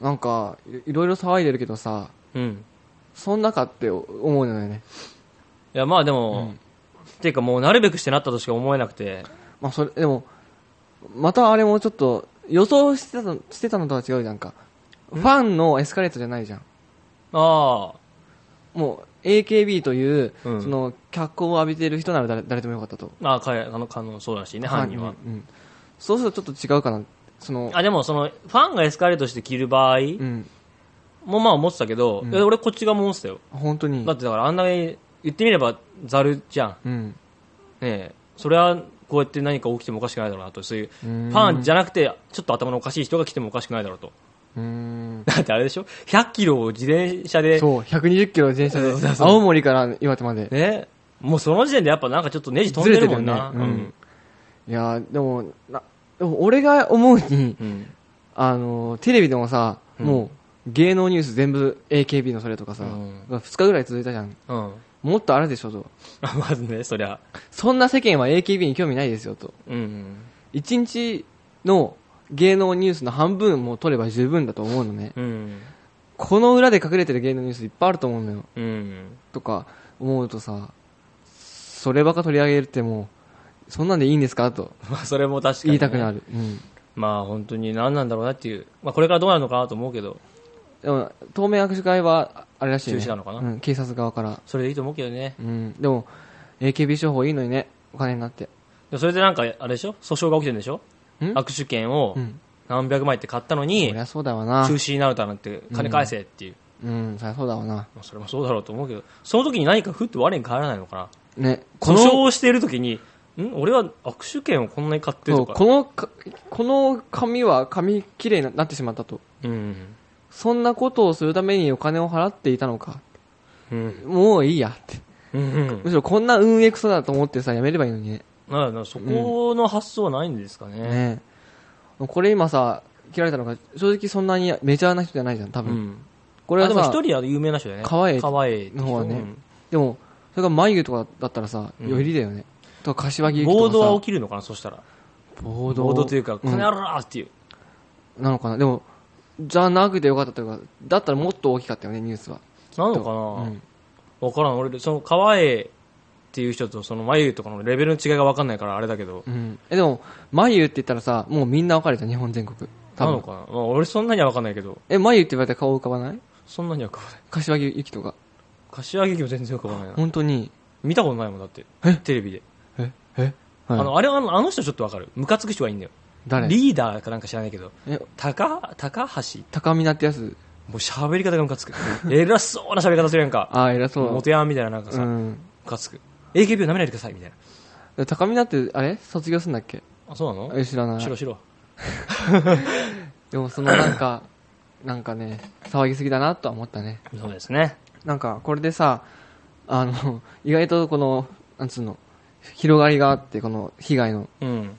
S1: なんかいいろいろ騒いでるけどさ
S2: うん。
S1: そん中って思うのよね、
S2: いや、まあでも、ていうかもうなるべくしてなったとしか思えなくて、
S1: まあ、それでもまたあれもちょっと予想してたのしてたのとは違うじゃんかファンのエスカレートじゃないじゃん
S2: ああ、
S1: もう AKB という、
S2: うん
S1: その脚光を浴びている人なら誰誰でもよかったと
S2: まあ、かあの、可能そうだしね、犯人は。
S1: うんうんそうするとちょっと違うかなその
S2: あ、でも、その、ファンがエスカレートして着る場合
S1: うん
S2: も、まあ、思ってたけど、
S1: うん
S2: いや俺、こっちが思ってたよ。
S1: 本当に
S2: だって、だから、あんなに、言ってみれば、ザルじゃん。ね
S1: うん
S2: え。それは、こうやって何か起きてもおかしくないだろうなと。そういう、
S1: フ
S2: ファンじ
S1: ゃ
S2: ゃなくて、ちょっと頭のおかしい人が来てもおかしくないだろうと。
S1: うん
S2: だって、あれでしょ ?100 キロを自転車で、
S1: そう120キロ自転車
S2: そうそう
S1: で
S2: そう
S1: 青森から岩手まで
S2: ねもうその時点でやっぱなんかちょっとネジ飛んでるもんな。
S1: ずれてるよねいやーでもなでも俺が思うに
S2: うん。うん。
S1: あのーテレビでもさ、
S2: うん
S1: もう芸能ニュース全部 AKB のそれとかさ、
S2: うん
S1: 2日ぐらい続いたじゃん
S2: うん。
S1: もっとあるでしょと
S2: あ まずね、そりゃ。
S1: そんな世間は AKB に興味ないですよと
S2: うん。
S1: 1日の芸能ニュースの半分も取れば十分だと思うのね
S2: うん。
S1: この裏で隠れてる芸能ニュースいっぱいあると思うのよ
S2: うん。
S1: とか思うとさそればっか取り上げるってもうそんなんでいいんですかと
S2: まあ、それも確かに、
S1: 言いたくな
S2: る。
S1: る、うん
S2: まあ、本当に何なんだろうなっていう。まあ、これからどうなるのかなと思うけど、
S1: でも当面握手会はあれらしい
S2: 中
S1: ね
S2: 止なのかな。
S1: うん、警察側から
S2: それでいいと思うけどね。
S1: うん、でも AKB 商法いいのにねお金になって
S2: でそれでなんか、あれでしょ訴訟が起きてるんでしょ
S1: ん
S2: 握手券を
S1: うん
S2: 何百枚って買ったの
S1: そ
S2: に
S1: り、ゃそうだわな
S2: 中止になるだなんて金返せっていう。
S1: うんそりゃそうだわな
S2: まあそれもそうだろうと思うけど、その時に何かふっと我に返らないのかな。
S1: ねこ
S2: 訴
S1: の
S2: 訟をしている時に、ん俺は握手券をこんなに買って
S1: そ
S2: と
S1: う
S2: か。
S1: このかこの紙は紙きれいになってしまったと
S2: うん。
S1: そんなことをするためにお金を払っていたのか
S2: うん。
S1: もういいやって
S2: うん
S1: む。しろこんな運営クソだと思ってさやめればいいのにね
S2: まあまあ、そこの発想はないんですかね。
S1: ねこれ今さ切られたのが正直そんなにメジャーな人じゃないじゃん多
S2: う
S1: 分、
S2: ん。
S1: こ
S2: こ
S1: れ
S2: れは
S1: は
S2: でも
S1: さ
S2: 一人は有名な人だよね。
S1: 川栄
S2: 川栄って人
S1: の方はねでもそれが眉毛とかだったらさ
S2: うん
S1: よりだよね、とか
S2: う
S1: 柏木
S2: ん
S1: 由紀とか
S2: 暴
S1: さ
S2: 動は起きるのかな、そしたら。
S1: 暴動
S2: 暴動というか、
S1: ん
S2: 金あるなっていう。
S1: なのかなでもじゃなくてよかったというかだったらもっと大きかったよねニュースは
S2: なの
S1: う
S2: か
S1: ん
S2: なわからん。俺、その川栄っていう人とその眉とかのレベルの違いが分かんないからあれだけど、
S1: うん。え、でも、眉って言ったらさ、もうみんなわかるじゃん、日本全国。多
S2: なの
S1: 分。
S2: かな、まあ俺そんなには分かんないけど、
S1: え、眉って言われたら顔浮かばない
S2: そんなには浮かばない。
S1: 柏木由紀とか。
S2: 柏木も全然浮かばないな。
S1: 本当に。
S2: 見たことないもんだって、テレビで。
S1: え、え、はい、
S2: あの、あれはあのあの人ちょっと分かる。ムカつく人はいいんだよ。
S1: 誰
S2: リーダーかなんか知らないけど、
S1: え、
S2: 高、高橋
S1: 高見なってやつ。
S2: もう喋り方がムカつく。 偉そうな喋り方するやんか。
S1: あー、偉そう。
S2: モテやんみたいななんか
S1: う
S2: さ、ム
S1: ん。
S2: カつく。AKB を舐めないでくださいみたいな。
S1: で高見なって、あれ卒業すんだっけ
S2: あ、そうなの
S1: え、知らない
S2: 白。白。
S1: でもそのなんか、なんかね、騒ぎすぎだなとは思ったね。
S2: そうですね。
S1: なんか、これでさ、あの、 意外とこの、なんつうの、広がりがあって、この被害の。
S2: うん。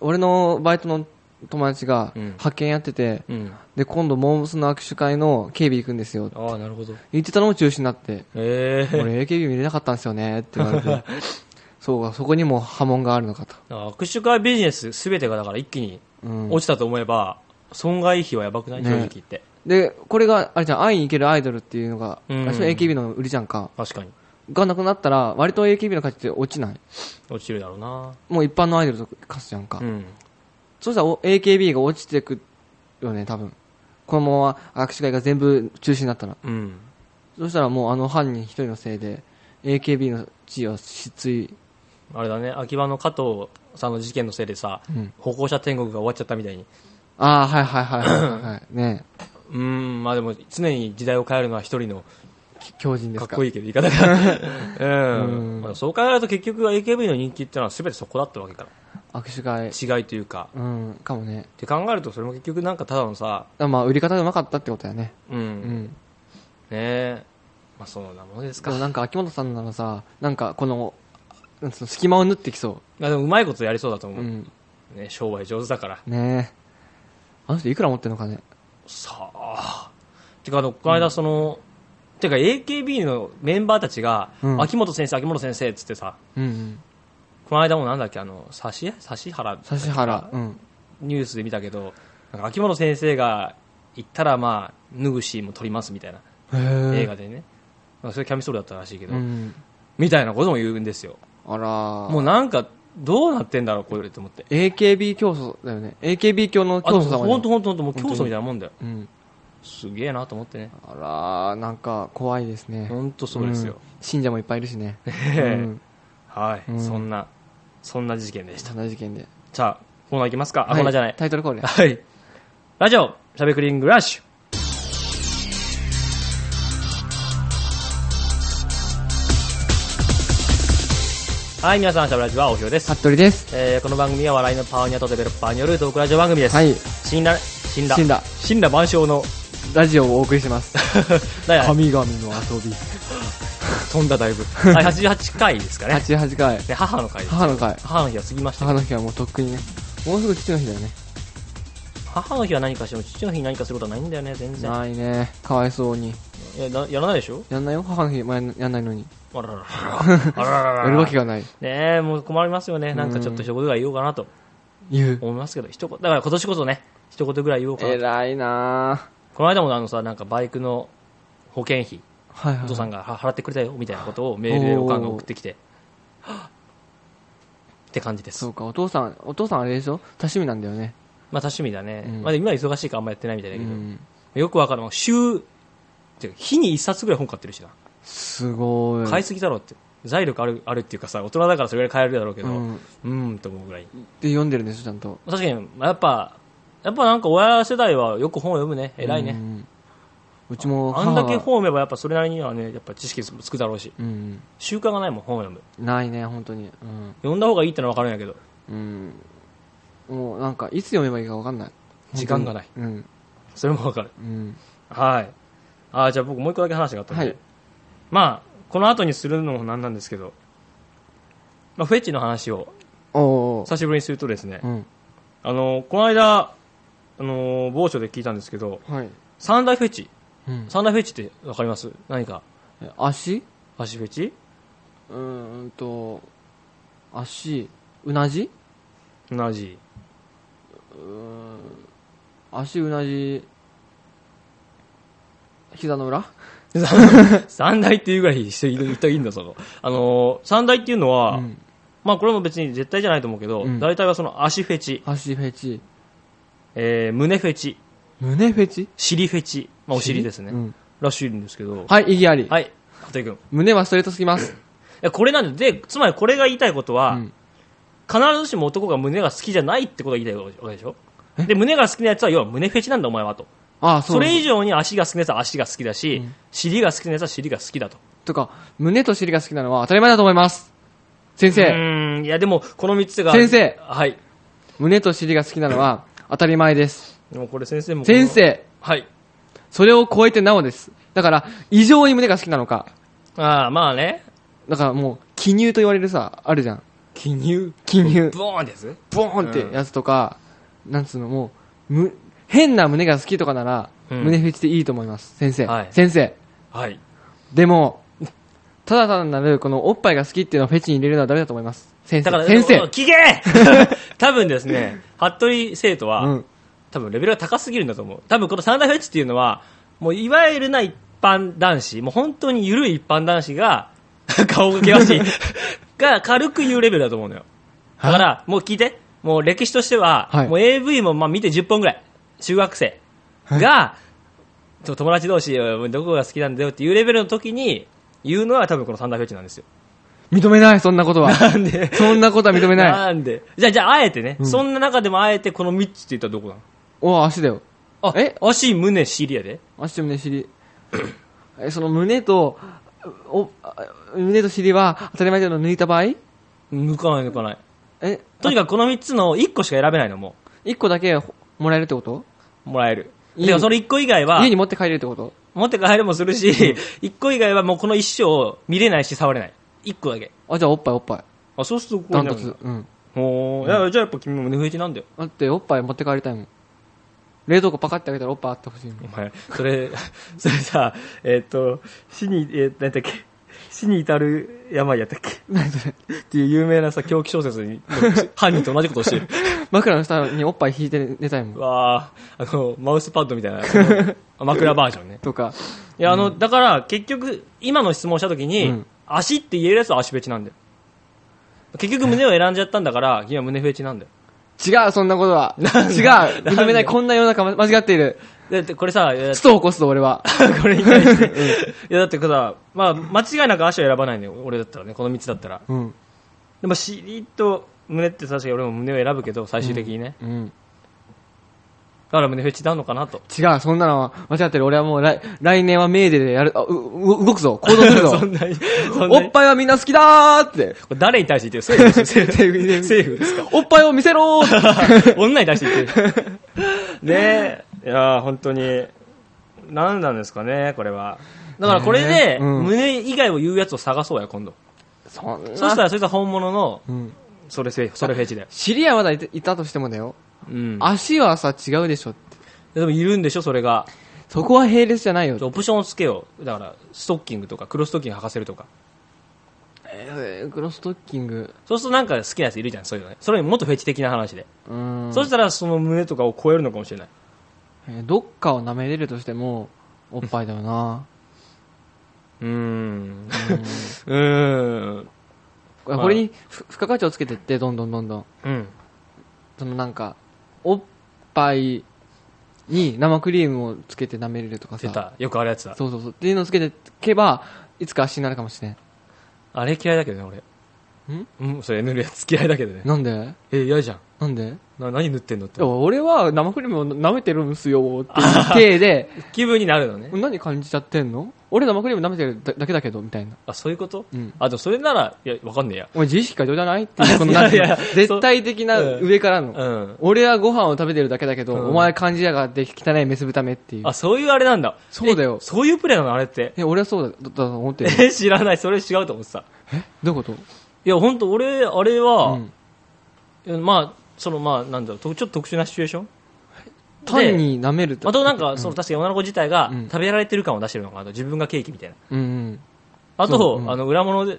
S1: 俺のバイトの友達が
S2: うん
S1: 派遣やってて、
S2: うん。
S1: で、今度、モームスの握手会の警備行くんですよ。
S2: ああ、なるほど。
S1: 言ってたのも中止になって、
S2: ええ
S1: 俺 AKB 見れなかったんですよね、って言われ て。そうか、そこにも波紋があるのかと。
S2: 握手会ビジネス全てがだから一気に
S1: うん。
S2: 落ちたと思えば、損害費はやばくない
S1: ね
S2: 正直言って。
S1: で、これが、あれじゃん、会いに行けるアイドルっていうのが、
S2: うん
S1: 私の AKB の売りじゃんか。
S2: 確かに。
S1: がなくなったら、割と AKB の価値って落ちない。
S2: 落ちるだろうな。
S1: もう一般のアイドルと勝つじゃんか。
S2: うん。
S1: そうしたらお AKB が落ちてくよね、多分。このまま握手会が全部中止になったら。
S2: うん。
S1: そうしたらもうあの犯人一人のせいで、AKB の地位は失墜。
S2: あれだね、秋葉の加藤さんの事件のせいでさ、
S1: うん
S2: 歩行者天国が終わっちゃったみたいに。
S1: ああ、はいはいはいはい、はい。ね
S2: うん、まあでも常に時代を変えるのは一人の
S1: き強靭で
S2: か
S1: す
S2: っ
S1: か
S2: こいいけど言い方 が。うん。まあそう考えると結局 AKB の人気っていうのは全てそこだったわけか
S1: 握手会。
S2: ら。違いというか。
S1: うん、かもね。
S2: って考えるとそれも結局なんかただのさ、
S1: だからまあ、売り方がうまかったってことやね。
S2: うん。
S1: う
S2: ね
S1: ん。
S2: え。まあそんなものです
S1: で
S2: か。
S1: も
S2: い
S1: なんか秋元さんならさ、なんかこの、なんつうの、隙間を縫ってきそ
S2: やでもうまいことやりそうだと思
S1: う。う
S2: う。
S1: ん。
S2: ね、商売上手だから。
S1: ねえ。あの人いくら持ってんのかね。
S2: さあ。てかあの、この間その、てか AKB のメンバーたちが、
S1: うん
S2: 秋元先生、秋元先生っつってさ、
S1: うんうん。
S2: この間もなんだっけ、あの、指原
S1: 指原。うん。
S2: ニュースで見たけど、なんか秋元先生が行ったら、まあ、脱ぐシーンも撮りますみたいな、
S1: へえ。
S2: 映画でね。まあそれキャミソールだったらしいけど、
S1: うん。
S2: みたいなことも言うんですよ。
S1: あら
S2: もうなんか、どうなってんだろう、これと思って。
S1: AKB 競争だよね。AKB 教の
S2: あ、
S1: 競争
S2: 本当
S1: だも
S2: 本
S1: ん
S2: 当
S1: ね。
S2: 本当もう競争みたいなもんだよ。
S1: うん。
S2: すげえなと思ってね。
S1: あらなんか怖いですね。
S2: 本当そうですよ。
S1: ん。信者もいっぱいいるしね。う
S2: へえ
S1: ん。
S2: はい、
S1: うん
S2: そんな、そんな事件でした。
S1: そんな事件で。
S2: じゃあ、コーナーいきますか。あ、コーナーじゃな。
S1: はいタイトルコールや。
S2: はい。ラジオ、しゃべくりングラッシュ。はい、皆さん、しゃべラジオはおひろです。
S1: 服部です。
S2: えー、この番組は笑いのパワーニャとデベロッパーによるトークラジオ番組です。
S1: はい。
S2: 死んだ、死んだ、
S1: 死んだ。
S2: 死んだ万象の、
S1: ラジオをお送りして ます。
S2: だよ、
S1: 神々の遊び。
S2: 飛んだだいぶ。はい、88回ですかね。
S1: 88回。
S2: で母の回です。
S1: 母の会。
S2: 母の日は過ぎましたけど
S1: 母の日はもうとっくにね。もうすぐ父の日だよね。
S2: 母の日は何かしても、父の日に何かすることはないんだよね、全然。
S1: ないね。かわいそうに。
S2: いやなやらないでしょ
S1: やんないよ母の日もやんやんないのに。
S2: あらららら。あらららら
S1: やるわけがない。
S2: ねえ、もう困りますよね。なんかちょっと一言ぐらい言おうかなと
S1: 言う。
S2: 思いますけど、一言、だから今年こそね、一言ぐらい言おうかなと。
S1: 偉いな
S2: この間もあのさ、なんかバイクの保険費、
S1: ぁ。はいはい。
S2: お父さんがは払ってくれたよ、みたいなことをメールでおかんが送ってきて、はぁって感じで
S1: そ
S2: す。
S1: うか、お父さん、お父さんあれでしょ多趣味なんだよね。
S2: まあ、多趣味だね。
S1: うん
S2: まあ、でも今忙しいからあんまやってないみたいだ
S1: う
S2: けど、
S1: ん。
S2: よくわかる。週、てか日に一冊ぐらい本買ってるしな。
S1: すごい。
S2: 買いすぎだろって。財力ある、あるっていうかさ、大人だからそれぐらい買えるだろうけど、
S1: う。
S2: うんーん、と思うぐらい。
S1: で読んでるんでしょ、ちゃんと。
S2: 確かに、やっぱ、やっぱなんか親世代はよく本を読むね。偉いうね。
S1: ん。うちも
S2: あ
S1: 母
S2: ん
S1: が
S2: だけ本を読めばやっぱそれなりにはね、やっぱ知識つくだろうし。
S1: うん。
S2: 習慣がないもん、本を読む。
S1: ないね、本当に。うん。
S2: 読んだ方がいいってのはわかるんやけど、
S1: うん。もうなんか、いつ読めばいいかわかんない。
S2: 時間がない。
S1: うん。
S2: それもわかる。
S1: うん。
S2: はい。あーじゃあ僕もう一個だけ話があったんで。
S1: はい
S2: まあ、この後にするのもなんなんですけど、まあ、フェチの話を
S1: おー。
S2: 久しぶりにするとですね、
S1: うん。
S2: あの、この間、あの、某所で聞いたんですけど、
S1: はい。
S2: 三大フェチ。
S1: うん。
S2: 三大フェチってわかります何か
S1: え足
S2: 足フェチ
S1: うーんと、足、うなじ
S2: 同じ。
S1: うーん。足、うなじ、膝の裏
S2: 三大っていうぐらい人いる人いるんだ、その。あのー、三大っていうのは、
S1: うん
S2: まあこれも別に絶対じゃないと思うけど、
S1: うん
S2: 大体はその足フェチ、
S1: 足フェチ、
S2: えー胸フェチ、
S1: 胸フェチ
S2: 尻フェチ、まあお尻ですね。
S1: うん
S2: らしいんですけど。
S1: はい、意義あり。
S2: はい、鳩井君。い
S1: 胸はストレートすぎます。
S2: やこれなんで、で、つまりこれが言いたいことは、
S1: うん
S2: 必ずしも男が胸が好きじゃないってことが言いたいわけでしょで、胸が好きなやつは、要は胸フェチなんだお前はと。
S1: ああ、そう。
S2: それ以上に足が好きなやつは足が好きだし、
S1: うん
S2: 尻が好きなやつは尻が好きだと。
S1: とか、胸と尻が好きなのは当たり前だと思います。先
S2: う
S1: 生、
S2: ーん、いやでも、この3つが。
S1: 先生
S2: はい。
S1: 胸と尻が好きなのは当たり前です。
S2: でもこれ先生も。
S1: 先。生、
S2: はい。
S1: それを超えてなおです。だから、異常に胸が好きなのか。
S2: ああ、まあね。
S1: だからもう、記入と言われるさ、あるじゃん。
S2: 記入。
S1: 記入。
S2: ブオーンです。
S1: ボーンってやつとか、なんつうのもう、む、変な胸が好きとかなら、
S2: うん
S1: 胸フェチでいいと思います。先生。
S2: はい
S1: 先生。
S2: はい。
S1: でも、ただ単なる、このおっぱいが好きっていうのをフェチに入れるのはダメだと思います。先
S2: だから、
S1: 生。先
S2: でも
S1: 生。
S2: 聞 け多分ですね、服部生徒は、
S1: うん。
S2: 多分レベルが高すぎるんだと思う。多分この三大フェチっていうのは、もういわゆるな一般男子、もう本当に緩い一般男子が、 顔が険 しい、が軽く言うレベルだと思うのよ。だから、もう聞いて、もう歴史としては、
S1: はい
S2: もう AV もまあ見て10本ぐらい、中学生が、と友達同士、どこが好きなんだよっていうレベルの時に、言うのは多分この三大フェチなんですよ。
S1: 認めない、そんなことは。
S2: なん で
S1: そんなことは認めない。
S2: んでじゃあ、じゃあ、あえてね、そんな中でもあえてこの3つって言ったらどこなの
S1: お足だよ。
S2: あ、
S1: え
S2: 足、胸、尻やで。
S1: 足と胸尻。え、その胸と、お、あ胸と尻は当たり前だけど抜いた場合
S2: 抜かない抜かない。
S1: え、
S2: とにかくこの3つの1個しか選べないのも
S1: 一個だけもらえるってこと
S2: う、もらえる。
S1: いい
S2: でもその1個以外は
S1: 家、に持って帰れるってこと
S2: 持って帰るもするし、1個以外はもうこの一生を見れないし触れない。1個だけ。
S1: あ、じゃあおっぱいおっぱい。
S2: あ、そうするとこ
S1: ダ
S2: う
S1: ン
S2: な
S1: ト
S2: るん
S1: ツ
S2: だ。。
S1: うん。
S2: ほーいやじゃあやっぱ君も胸増えてなんだよ。
S1: だっておっぱい持って帰りたいもん。冷蔵庫パカって開けたらおっぱいあってほしいもん
S2: お前、それ、 それさ、えっ、と、死に、えー、なんだっけ、死に至る病やったっけっていう有名なさ、狂気小説に、 犯人と同じことを してる。
S1: 枕の下におっぱい引いて寝たいもん。
S2: わああの、マウスパッドみたいな、その 枕バージョンね。
S1: とか、
S2: いや、あの、だから、結局、今の質問をしたときに、
S1: うん
S2: 足って言えるやつは足フェチなんだよ。結局胸を選んじゃったんだから、君は胸フェチなんだよ。
S1: 違う、そんなことは。違う、認めない、こんな世の中間違っている。
S2: だってこれさ、い や
S1: ストを起こすぞ、俺は。
S2: これに対 して、いや、だってさ、まあ、間違いなく足を選ばないのよ、俺だったらね、この3つだったら。
S1: うん。
S2: でも、尻と胸って確かに俺も胸を選ぶけど、最終的にね。
S1: うん。
S2: だから胸フェチなのかなと。
S1: 違う、そんなのは間違ってる。俺はもう来来年はメーデーでやる、あ、う、う動くぞ、行動するぞ
S2: そ。んなに、そんな
S1: おっ
S2: に。
S1: ぱいはみんな好きだーって。
S2: これ誰に対して言ってる政府政府政府ですか
S1: おっぱいを見せろー
S2: 女に出していってる ねえいやー本当に何なんですかねこれはだからこれ
S1: ね
S2: で、
S1: えうん
S2: 胸以外を言うやつを探そうや今度
S1: そんな。
S2: そしたらそいつは本物の
S1: うん。
S2: それせそれフェチだよ、
S1: 知り合いまだいたいたとしてもだよ。
S2: うん、
S1: 足はさ、違うでしょって。
S2: でもいるんでしょそれが
S1: そこは並列じゃないよ。
S2: オプションをつけようだからストッキングとか黒ストッキング履かせるとか
S1: えー、黒ストッキング。
S2: そうするとなんか好きなやついるじゃんそういうのねそれもっとフェチ的な話で、
S1: うーん。
S2: そしたらその胸とかを超えるのかもしれない
S1: えーどっかを舐めれるとしても、おっぱいだよ な。
S2: うーん うーんん
S1: これにふ付加価値をつけてって、どんどんどんどん。
S2: うん
S1: そのなんか、おっぱいに生クリームをつけて舐めれるとか
S2: 出
S1: さ。
S2: たよくあるやつだ
S1: そうそうそう。っていうのをつけていけば、いつか足になるかもしれん。
S2: あれ嫌いだけどね、俺。
S1: ん
S2: うん、それ塗るやつ嫌いだけどね。
S1: なんで
S2: え、嫌じゃん。
S1: なんで
S2: な、何塗ってんのっ
S1: い
S2: て
S1: や。俺は生クリームを舐めてるんすよっていう体で、
S2: 気分になるのね。
S1: 何感じちゃってんの俺生クリーム舐めてるだだけだけど、みたいな。
S2: あ、そういうこと
S1: うん
S2: あ、でもそれなら、いや、わかんねえや。
S1: お前自意識過剰じゃないっていう、このなんていうの
S2: いやいや
S1: 絶対的な
S2: そううん
S1: 上からの。
S2: うん。
S1: 俺はご飯を食べてるだけだけど、
S2: うん
S1: お前感じやがって汚いメス豚めっていう
S2: あ、。そういうあれなんだ。
S1: そうだよ
S2: えそういうプレイなの、あれって。
S1: え、俺はそうだ、だだと思ってる。
S2: え、知らない。それ違うと思ってた。
S1: どういうこと
S2: いや、ほんと、俺、あれ
S1: う
S2: は、
S1: ん
S2: まあ、その、まあ、なんだろう、とちょっと特殊なシチュエーション
S1: 単に舐めると。
S2: あとなんか、その、確かに女の子自体が
S1: うん
S2: 食べられてる感を出してるのかなと。自分がケーキみたいな。
S1: うんうん。
S2: あ
S1: そう
S2: と
S1: う、ん
S2: あの、裏物で、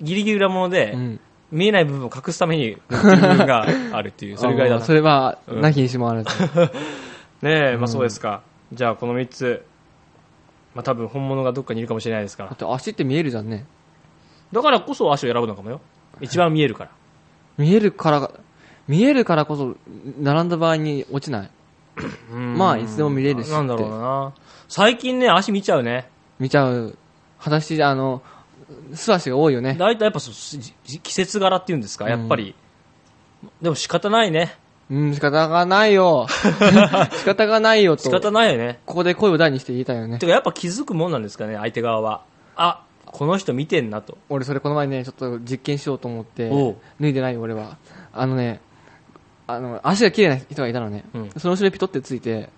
S2: ギリギリ裏物で
S1: う、ん。
S2: 見えない部分を隠すために塗ってる部分があるっ ていう、それぐらいだ
S1: あ
S2: な
S1: それは、
S2: うん
S1: なきにしもあらず。
S2: ねえ、まあそうですか。じゃあこの3つ、まあ多分本物がどっかにいるかもしれないですか
S1: だ
S2: ら
S1: って足って見えるじゃんね。
S2: だからこそ足を選ぶのかもよ一番見えるから
S1: 見えるから、見えるからこそ、並んだ場合に落ちない。まあいつでも見れるしって
S2: なんだろうな最近ね足見ちゃうね
S1: 見ちゃう。裸足、あの、素足が多いよね。
S2: 大体やっぱそうすじ季節柄っていうんですかやっぱり、でも仕方ないね
S1: うん、仕方がない よ。仕方がないよ
S2: 仕
S1: と。
S2: 方ないよね
S1: ここで声を大にして言いたいよね
S2: て。かやっぱ気づくもんなんですかね相手側はあこの人見てんなと
S1: 俺それこの前ね、ちょっと実験しようと思って
S2: おう、
S1: 脱いでないよ俺は。あのね、あの、足が綺麗な人がいたのね。
S2: うん
S1: その後ろにピトってついて、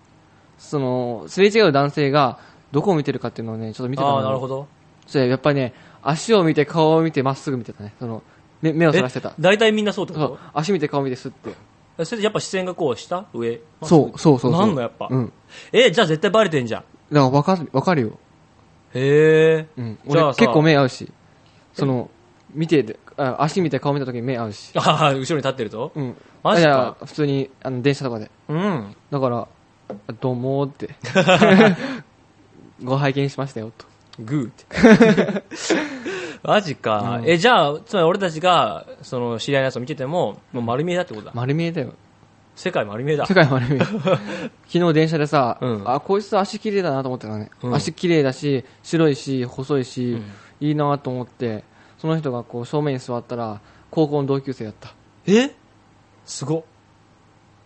S1: その、すれ違う男性が、どこを見てるかっていうのをね、ちょっと見てたの
S2: あ
S1: よ
S2: あーなるほど
S1: それやっぱりね、足を見て顔を見てまっすぐ見てたね。その、目目をそらしてた。
S2: 大体みんなそうって
S1: そ
S2: こ
S1: う、足見て顔見てスって。
S2: とそれでやっぱ視線がこう下上
S1: そう、そうそうそう。
S2: なんのやっぱ
S1: うん。
S2: えじゃあ絶対バレてんじゃん
S1: だから分かる、分かるよ。
S2: へえ、
S1: うん。
S2: じ
S1: 俺
S2: ゃあさ
S1: 結構目合うし、その、見てる、あ足見て顔見た時に目合うし。
S2: ああ後ろに立ってると
S1: うん。
S2: マ
S1: い
S2: ジ
S1: や
S2: か、
S1: 普通に、あの、電車とかで。
S2: うん
S1: だから、どうもー って。ご拝見しましたよ、と。
S2: グー ってマジか、
S1: うん
S2: えじゃあつまり俺たちがその知り合いのやつを見ててももう丸見えだってことだ、
S1: 丸見えだよ。
S2: 世界丸見えだ
S1: 世界丸見え。昨日電車でさ、
S2: うん
S1: あ、こいつ足綺麗だなと思ってたね。
S2: うん
S1: 足綺麗だし、白いし、細いし、
S2: うん
S1: いいなと思って、その人がこう正面に座ったら、高校の同級生だった。
S2: えすごっ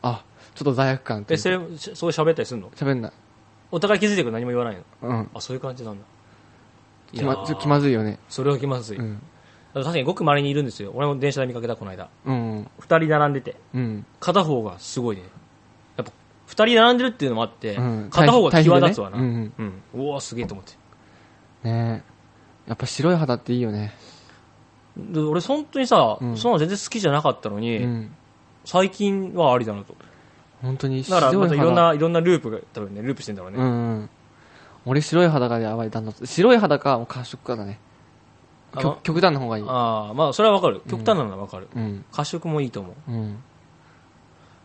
S1: あ、ちょっと罪悪感って
S2: え。それしそう喋ったりするの
S1: 喋んない。
S2: お互い気づいてくる何も言わないの
S1: うん。
S2: あそういう感じなんだ
S1: 気ま
S2: い
S1: ち
S2: や
S1: ょ
S2: ー
S1: 気まずいよね。
S2: それは気まずい、
S1: うん。
S2: 確かにごくまれにいるんですよ俺も電車で見かけたこの間
S1: うん。
S2: 二人並んでて
S1: うん。
S2: 片方がすごいねやっぱ二人並んでるっていうのもあって、
S1: うん
S2: 片方が際立つわな、
S1: 対比でね
S2: うんうおーすげえと思って
S1: ねえやっぱ白い肌っていいよね。
S2: で俺本当にさ、
S1: うん
S2: そんなの全然好きじゃなかったのに、
S1: うん。
S2: 最近はありだなと
S1: 本当に
S2: だ
S1: 白い
S2: から
S1: 肌。
S2: またいろんないろんなループが多分ねループしてんだろうね、
S1: うんうん。俺白い肌がやばい、だんだん。白い肌か、もう褐色かだね。
S2: あ
S1: 極極端の方がいい。
S2: ああまあそれはわかる極端なのはわかる、
S1: うん。
S2: 褐色もいいと思う
S1: うん。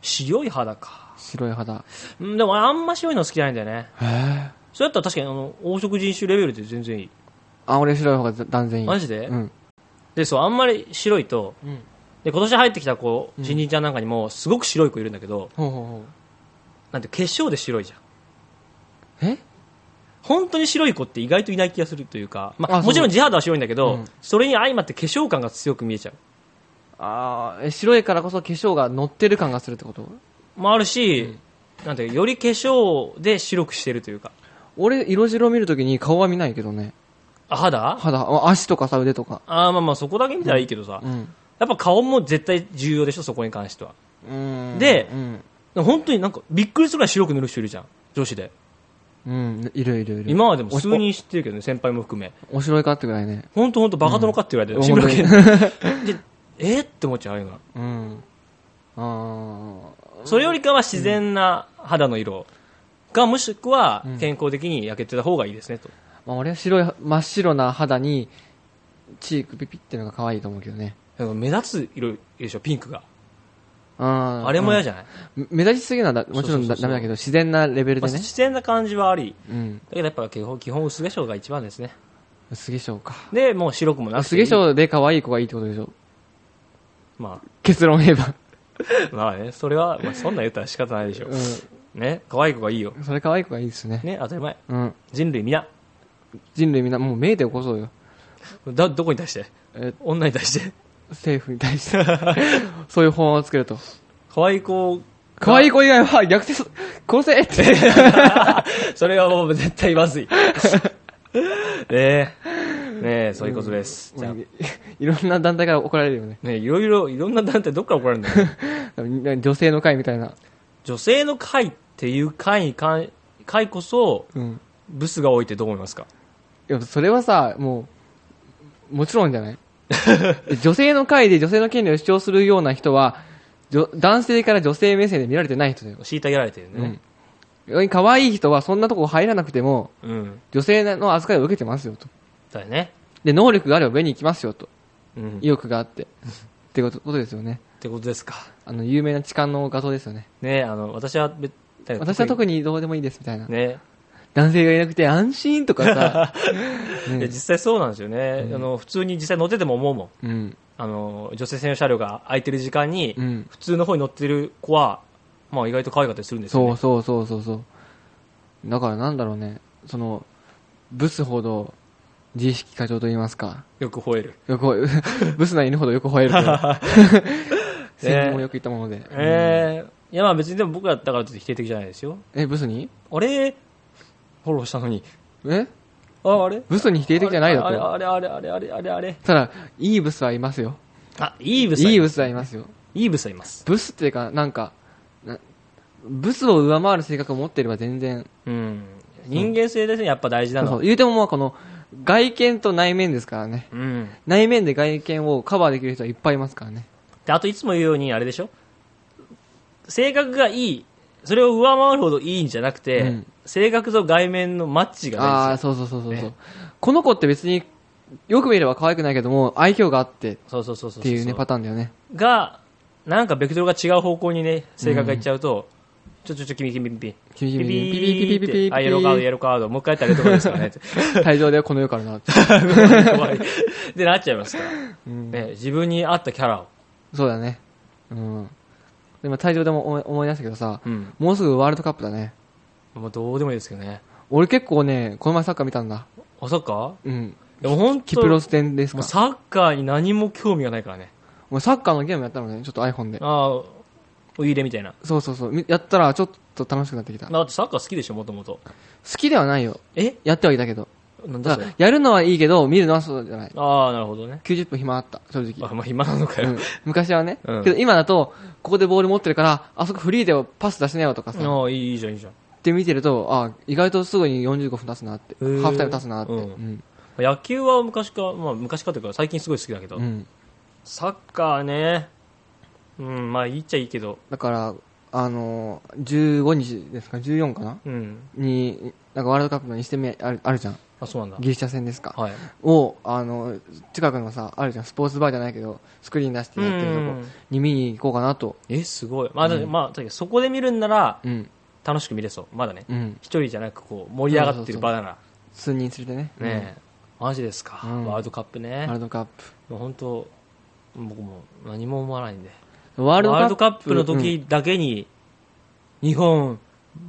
S2: 白い肌か
S1: 白い肌。
S2: うんでもあんま白いの好きじゃないんだよね
S1: へえ。
S2: それだったら確かにあの黄色人種レベルで全然いい
S1: あ、俺白い方が断然いい。
S2: マジで、
S1: うん。
S2: でそうあんまり白いと
S1: うん。
S2: で今年入ってきた子新人ちゃんなんかにもすごく白い子いるんだけど、
S1: ほうほうほう。
S2: なんて化粧で白いじゃん
S1: え
S2: 本当に白い子って意外といない気がするというか、ま
S1: あ
S2: あ、
S1: そう
S2: もちろん地肌は白いんだけど、
S1: うん
S2: それに相まって化粧感が強く見えちゃう
S1: あーえ白いからこそ化粧が乗ってる感がするってこと
S2: もあるし、なんていうかより化粧で白くしてるというか
S1: 俺、色白見るときに顔は見ないけどね。
S2: あ肌
S1: 肌、あ足とかさ、腕とか。
S2: あーまあまあそこだけ見たらいいけどさ、
S1: うん。
S2: やっぱ顔も絶対重要でしょそこに関しては
S1: うん
S2: で
S1: うん。
S2: 本当になんかびっくりするぐらい白く塗る人いるじゃん女子で
S1: うん、いるいるいる。
S2: 今までも数人知ってるけどね先輩も含め
S1: お白いかってぐらいね。
S2: 本当本当バカ殿かって言われて
S1: うん
S2: 志村けん
S1: 本
S2: でえーって思っちゃうああいうのは
S1: うん。あ
S2: それよりかは自然な肌の色がもしくは
S1: うん
S2: 健康的に焼けてた方がいいですねと、
S1: ーまあ、俺は白い、真っ白な肌に、チークピピってのが可愛いと思うけどね。
S2: でも目立つ色でしょピンクが
S1: うん。
S2: あれも嫌じゃない、
S1: うん目立ちすぎるのはだもちろん
S2: そうそう
S1: だ
S2: そう
S1: ダメだけど、自然なレベル
S2: ま
S1: で
S2: あ、
S1: ね。
S2: 自然な感じはあり
S1: うん。
S2: だけどやっぱ基本基本薄化粧が一番ですね
S1: 薄化粧か。
S2: でもう白くもなく
S1: 薄
S2: て
S1: 化
S2: いい
S1: 粧で可愛い子がいいってことでしょ
S2: ま
S1: 結論言えば。
S2: あ、まあねそれは、まあ、そんなん言ったら仕方ないでしょ
S1: う
S2: ね可愛い子がいいよ
S1: ん。それ可愛い子がいいですね。
S2: ね当たり前
S1: うん。
S2: 人類皆
S1: 人類みんな、もう目で起こそうよ。
S2: だどこに対して
S1: え
S2: 女に対して
S1: 政府に対して。 そういう法案を作ると。
S2: 可愛い子
S1: 可愛い子以外は逆転す、殺せって。
S2: それはもう絶対まずい。 ねえ。ねえ、そういうことです。じゃあ、ね
S1: いろんな団体から怒られるよね。
S2: えいろいろ、いろんな団体どっから怒られるんだよ。
S1: 女性の会みたいな。
S2: 女性の会っていう会に関、会こそ、
S1: うん。
S2: ブスが多いってどう思いますか
S1: いや、それはさ、もう、もちろんじゃない 女性の会で女性の権利を主張するような人は、女男性から女性目線で見られてない人だよ。
S2: 虐げられてるね。
S1: うん。可愛い人はそんなとこ入らなくても、
S2: うん。
S1: 女性の扱いを受けてますよと。
S2: だよね。
S1: で、能力があれば上に行きますよと。
S2: うん。っ
S1: 意欲があって。ってことことですよね。
S2: てことですか。
S1: あの、有名な痴漢の画像ですよね。
S2: ねえ、あの、私は別、
S1: 私は特にどうでもいいですみたいな。
S2: に。ね
S1: 男性がいなくて安心とか さ、
S2: いや実際そうなんですよね、あの普通に実際乗ってても思うもん
S1: うん、
S2: あの女性専用車両が空いてる時間に、
S1: うん
S2: 普通の方に乗ってる子は、まあ、意外と可愛かったりするんですよ、
S1: そ
S2: ね、
S1: うそうそうそうそう。だからなんだろうね、その、ブスほど、自意識過剰と言いますか。
S2: よく吠える、
S1: よく、 ブスな犬ほどよく吠える と。先日もよく言ったもので。
S2: えーいやまあ別にでも僕らだからと否定的じゃないですよ
S1: え、ブスに
S2: あれフォローしたのに
S1: え
S2: ああれ
S1: ブスに否定的じゃないだと。
S2: あれあれあれあれあれあれあれ
S1: ただ、いいブスはいますよ。
S2: あイーブス
S1: いい
S2: ブ
S1: ブスはいますよ。
S2: イーブスはいます
S1: ブスっていうか、なんか、なブスを上回る性格を持っていれば全然、
S2: うん人間性ですねやっぱ大事な
S1: そう
S2: の
S1: そう言うてもまあこの、外見と内面ですからね。
S2: うん
S1: 内面で外見をカバーできる人はいっぱいいますからね。
S2: であといつも言うようにあれでしょ性格がいいそれを上回るほどいいんじゃなくて、
S1: うん
S2: 性格と外面のマッチ
S1: あ
S2: がないん
S1: あ、
S2: ですよ
S1: そうそうそうそうそう、
S2: ね
S1: この子って別に、よく見れば可愛くないけども、愛嬌があってっ
S2: そうそうそうそう
S1: ていうね、パターンだよね。
S2: がなんかベクトルが違う方向にね性格がいっちゃうと、ちょちょちょ君君君君
S1: 君君ピ
S2: ピピ
S1: ピピピ
S2: ー
S1: ピ
S2: っ
S1: ピ
S2: て
S1: ピ
S2: あイエローカードイエローカードもう一回やったらどこですからねって
S1: 退場だよ、この世からなって。
S2: 怖いでなっちゃいますから、ね、自分に合ったキャラを、
S1: そうだね。うん。でも退場でも思い思い出したけどさ、
S2: うん、
S1: もうすぐワールドカップだね。
S2: もうどうでもいいですけどね
S1: 俺結構ね、この前サッカー見たんだ。
S2: あサッカー
S1: うん。
S2: でも本当
S1: キプロス戦です
S2: も
S1: か
S2: う。サッカーに何も興味がないからね
S1: もうサッカーのゲームやったのね、ちょっと iPhone で。
S2: ああお入れみたいな
S1: そうそうそう。みやったらちょっと楽しくなってきた。好
S2: まあだってサッカー好きでしょもともと
S1: きではないよ。
S2: え
S1: やってはいたけど。
S2: なんだ
S1: だ
S2: そ
S1: か
S2: れ
S1: らやるのはいいけど、見るのはそうじゃない。
S2: ああなるほどね
S1: 90分暇あった、正直。
S2: あまあ暇なのか
S1: う
S2: よ、
S1: ん 昔はね、
S2: うん
S1: けど今だとここでボール持ってるからあそこフリーでパス出しなよとかさ、っ
S2: ああいいいいじゃんいいじゃん
S1: て見てるとあ意外とすぐに45分経つなってハ
S2: ー
S1: ーフタイム経つなって、
S2: う
S1: うんんうん
S2: 野球は昔か、まあ、昔かというか最近すごい好きだけど、サッカーねうんまあいいっちゃいいけど
S1: だから、あのー、15日ですか14かな
S2: うん
S1: になんかワールドカップの1戦目あるあるじゃん
S2: あそうなんだ
S1: ギリシャ戦ですか
S2: はい
S1: を、あのー近くのさあるじゃんスポーツバーじゃないけどスクリーン出してやってると
S2: う
S1: こ
S2: ん
S1: に見に行こうかなと、
S2: えすごいまあ、だってまあだけどそこで見るんなら
S1: うん
S2: 楽しく見れそうまだね
S1: うん、
S2: 一人じゃなくこう盛り上がってる場なら
S1: 数人連れてね
S2: ねえマジですか、
S1: うん
S2: ワールドカッ
S1: う
S2: プ
S1: ん
S2: ね
S1: ワールドカップ
S2: もう本当僕も何も思わないんで
S1: ワ
S2: ワールドカップの
S1: うん
S2: 時だけに、日本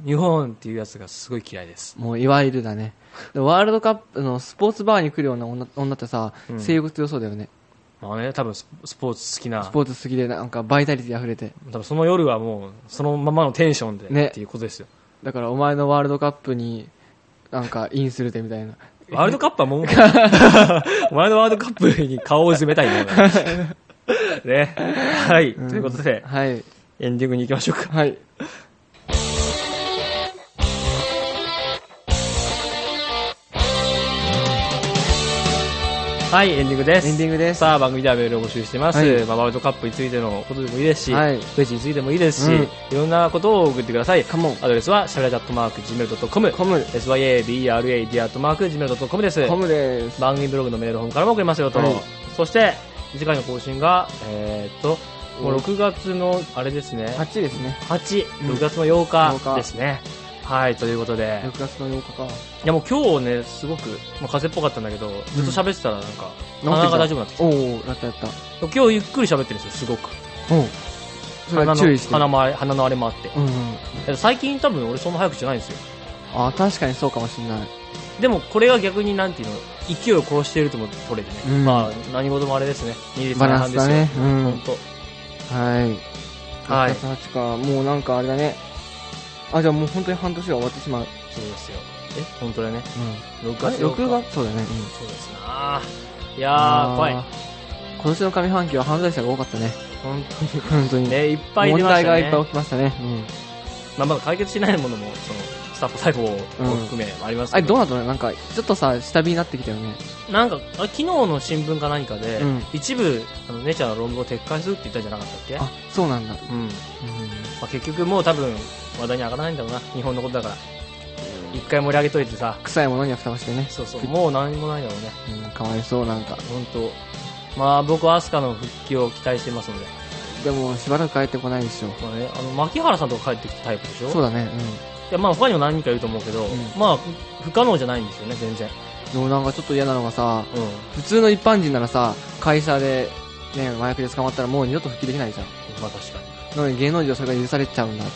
S2: 日本っていうやつがすごい嫌いです
S1: もういわゆるだね。でワールドカップのスポーツバーに来るような女女ってさ、
S2: うん
S1: 性欲強そうだよね。
S2: まあね多分ススポーツ好きな
S1: スポーツ好きでなんかバイタリティ溢れて。
S2: 多分その夜はもうそのままのテンションで、
S1: ね
S2: っていうことですよ
S1: だからお前のワールドカップになんかインするでみたいな。
S2: ワールドカップは もうお前のワールドカップに顔を埋めたいねねはい、ということで
S1: はい。
S2: エンディングに行きましょうか
S1: はい。
S2: はいエンディングです
S1: エンディングです。
S2: さあ番組ではメールを募集してます、
S1: はい
S2: まあ、ワールドカップについてのことでもいいですし、
S1: はい
S2: ページについてもいいですし、
S1: うん
S2: いろんなことを送ってください
S1: カモン。
S2: アドレスはしゃべらじゃっとマーク Gmail.com
S1: コム。
S2: syabrad アットマーク Gmail.com です
S1: コムです。
S2: 番組ブログのメールフォームからも送れますよと、
S1: はい
S2: そして次回の更新がえーっともう6月のあれですね
S1: 8ですね。うん
S2: 86月の8日
S1: 8日
S2: ですね、はいということで
S1: 6月の8日か。
S2: いやもう今日ねすごく、まあ、風邪っぽかったんだけどずっと喋ってたらなんか鼻が大丈夫になってきた
S1: おおやったやった。
S2: 今日ゆっくり喋ってるんですよすごく
S1: おうそれ
S2: 鼻
S1: は注意して。
S2: の鼻もあれ鼻のあれもあって
S1: うんうん。
S2: え最近多分俺そんな早くじゃないんですよ
S1: あ、確かにそうかもしれない。
S2: でもこれが逆になんていうの勢いを殺しているとも取れてね、
S1: うん
S2: まあ何事もあれですね二律
S1: バ
S2: 背
S1: ラン
S2: 反
S1: ス
S2: です
S1: だ
S2: よ、
S1: ね。う
S2: ほ
S1: ん
S2: ん。と
S1: はい。
S2: はい
S1: 6月8日、もうなんかあれだね。あ、じゃあもう本当に半年が終わってしまう。
S2: そうですよえ本当だね6
S1: あれ
S2: 月8日
S1: 6月そうだね。うん
S2: そうですなーいやー怖い
S1: あー今年の上半期は犯罪者が多かったね。
S2: 本
S1: 本当
S2: 当
S1: に。
S2: にねいっぱい出
S1: 問
S2: ま
S1: 題
S2: した
S1: が
S2: ね
S1: いっぱい起きましたね。うん。
S2: まあ、まだ解決しないものもそのスタッフ逮捕を含めあります
S1: あ
S2: け
S1: れど
S2: ど、
S1: うなったのなんか、ちょっとさ、下火になってきたよね。
S2: なんかあ昨日の新聞か何かで、
S1: うん
S2: 一部あの姉ちゃんの論文を撤回するって言ったんじゃなかったっけ
S1: あ、そうなんだ。
S2: うん
S1: う
S2: まあ、結局もう多分話題に上がらないんだろうな日本のことだから一回盛り上げといてさ
S1: ん。臭いものには蓋をしてね。
S2: そうそうもう何もないだろうね
S1: うん、かわいそう、なんか。
S2: 本当。まあ僕はアスカの復帰を期待してますので、
S1: でも、しばらく帰ってこないでしょ。
S2: まあね、あの牧原さんとか帰ってきたタイプでしょ
S1: そうだね。
S2: いやまあ他にも何人かいると思うけど、まあ不可能じゃないんですよね全然
S1: でもなんかちょっと嫌なのがさ、
S2: うん
S1: 普通の一般人ならさ、会社で、ね、麻薬で捕まったらもう二度と復帰できないじゃん。
S2: まあ確かに
S1: なのに芸能人はそれが許されちゃうんだって。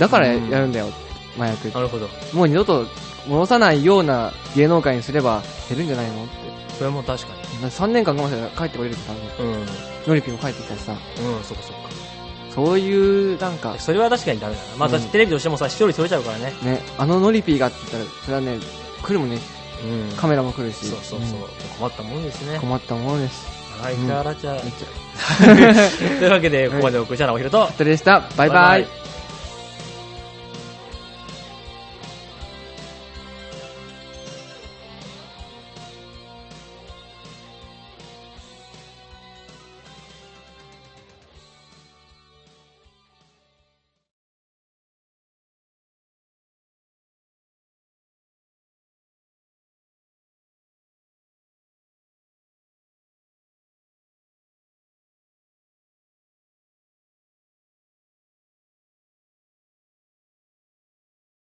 S1: だからや
S2: うん
S1: やるんだよ、麻薬。
S2: なるほどそ
S1: もう二度と戻さないような芸能界にすれば減るんじゃないのって。
S2: れも確かに
S1: 3年間我慢したら帰ってこれるって多分。
S2: うんうん
S1: ノリピも帰ってきたしさ、
S2: そっかそっか
S1: そういう、なんか、
S2: それは確かにダメだな、まあ、
S1: うん
S2: テレビとしてもさ視聴率取れちゃうからね
S1: ね、あのノリピがって言ったら、それはね、来るもんね、
S2: うん
S1: カメラも来るし。
S2: そうそうそう、
S1: ん
S2: 困ったもんですね
S1: 困ったものです。
S2: はい
S1: うん
S2: じゃあラちゃん
S1: めっちゃ
S2: というわけでここまでお送りしたのはおひろと
S1: とでした。バイバイ。
S2: イ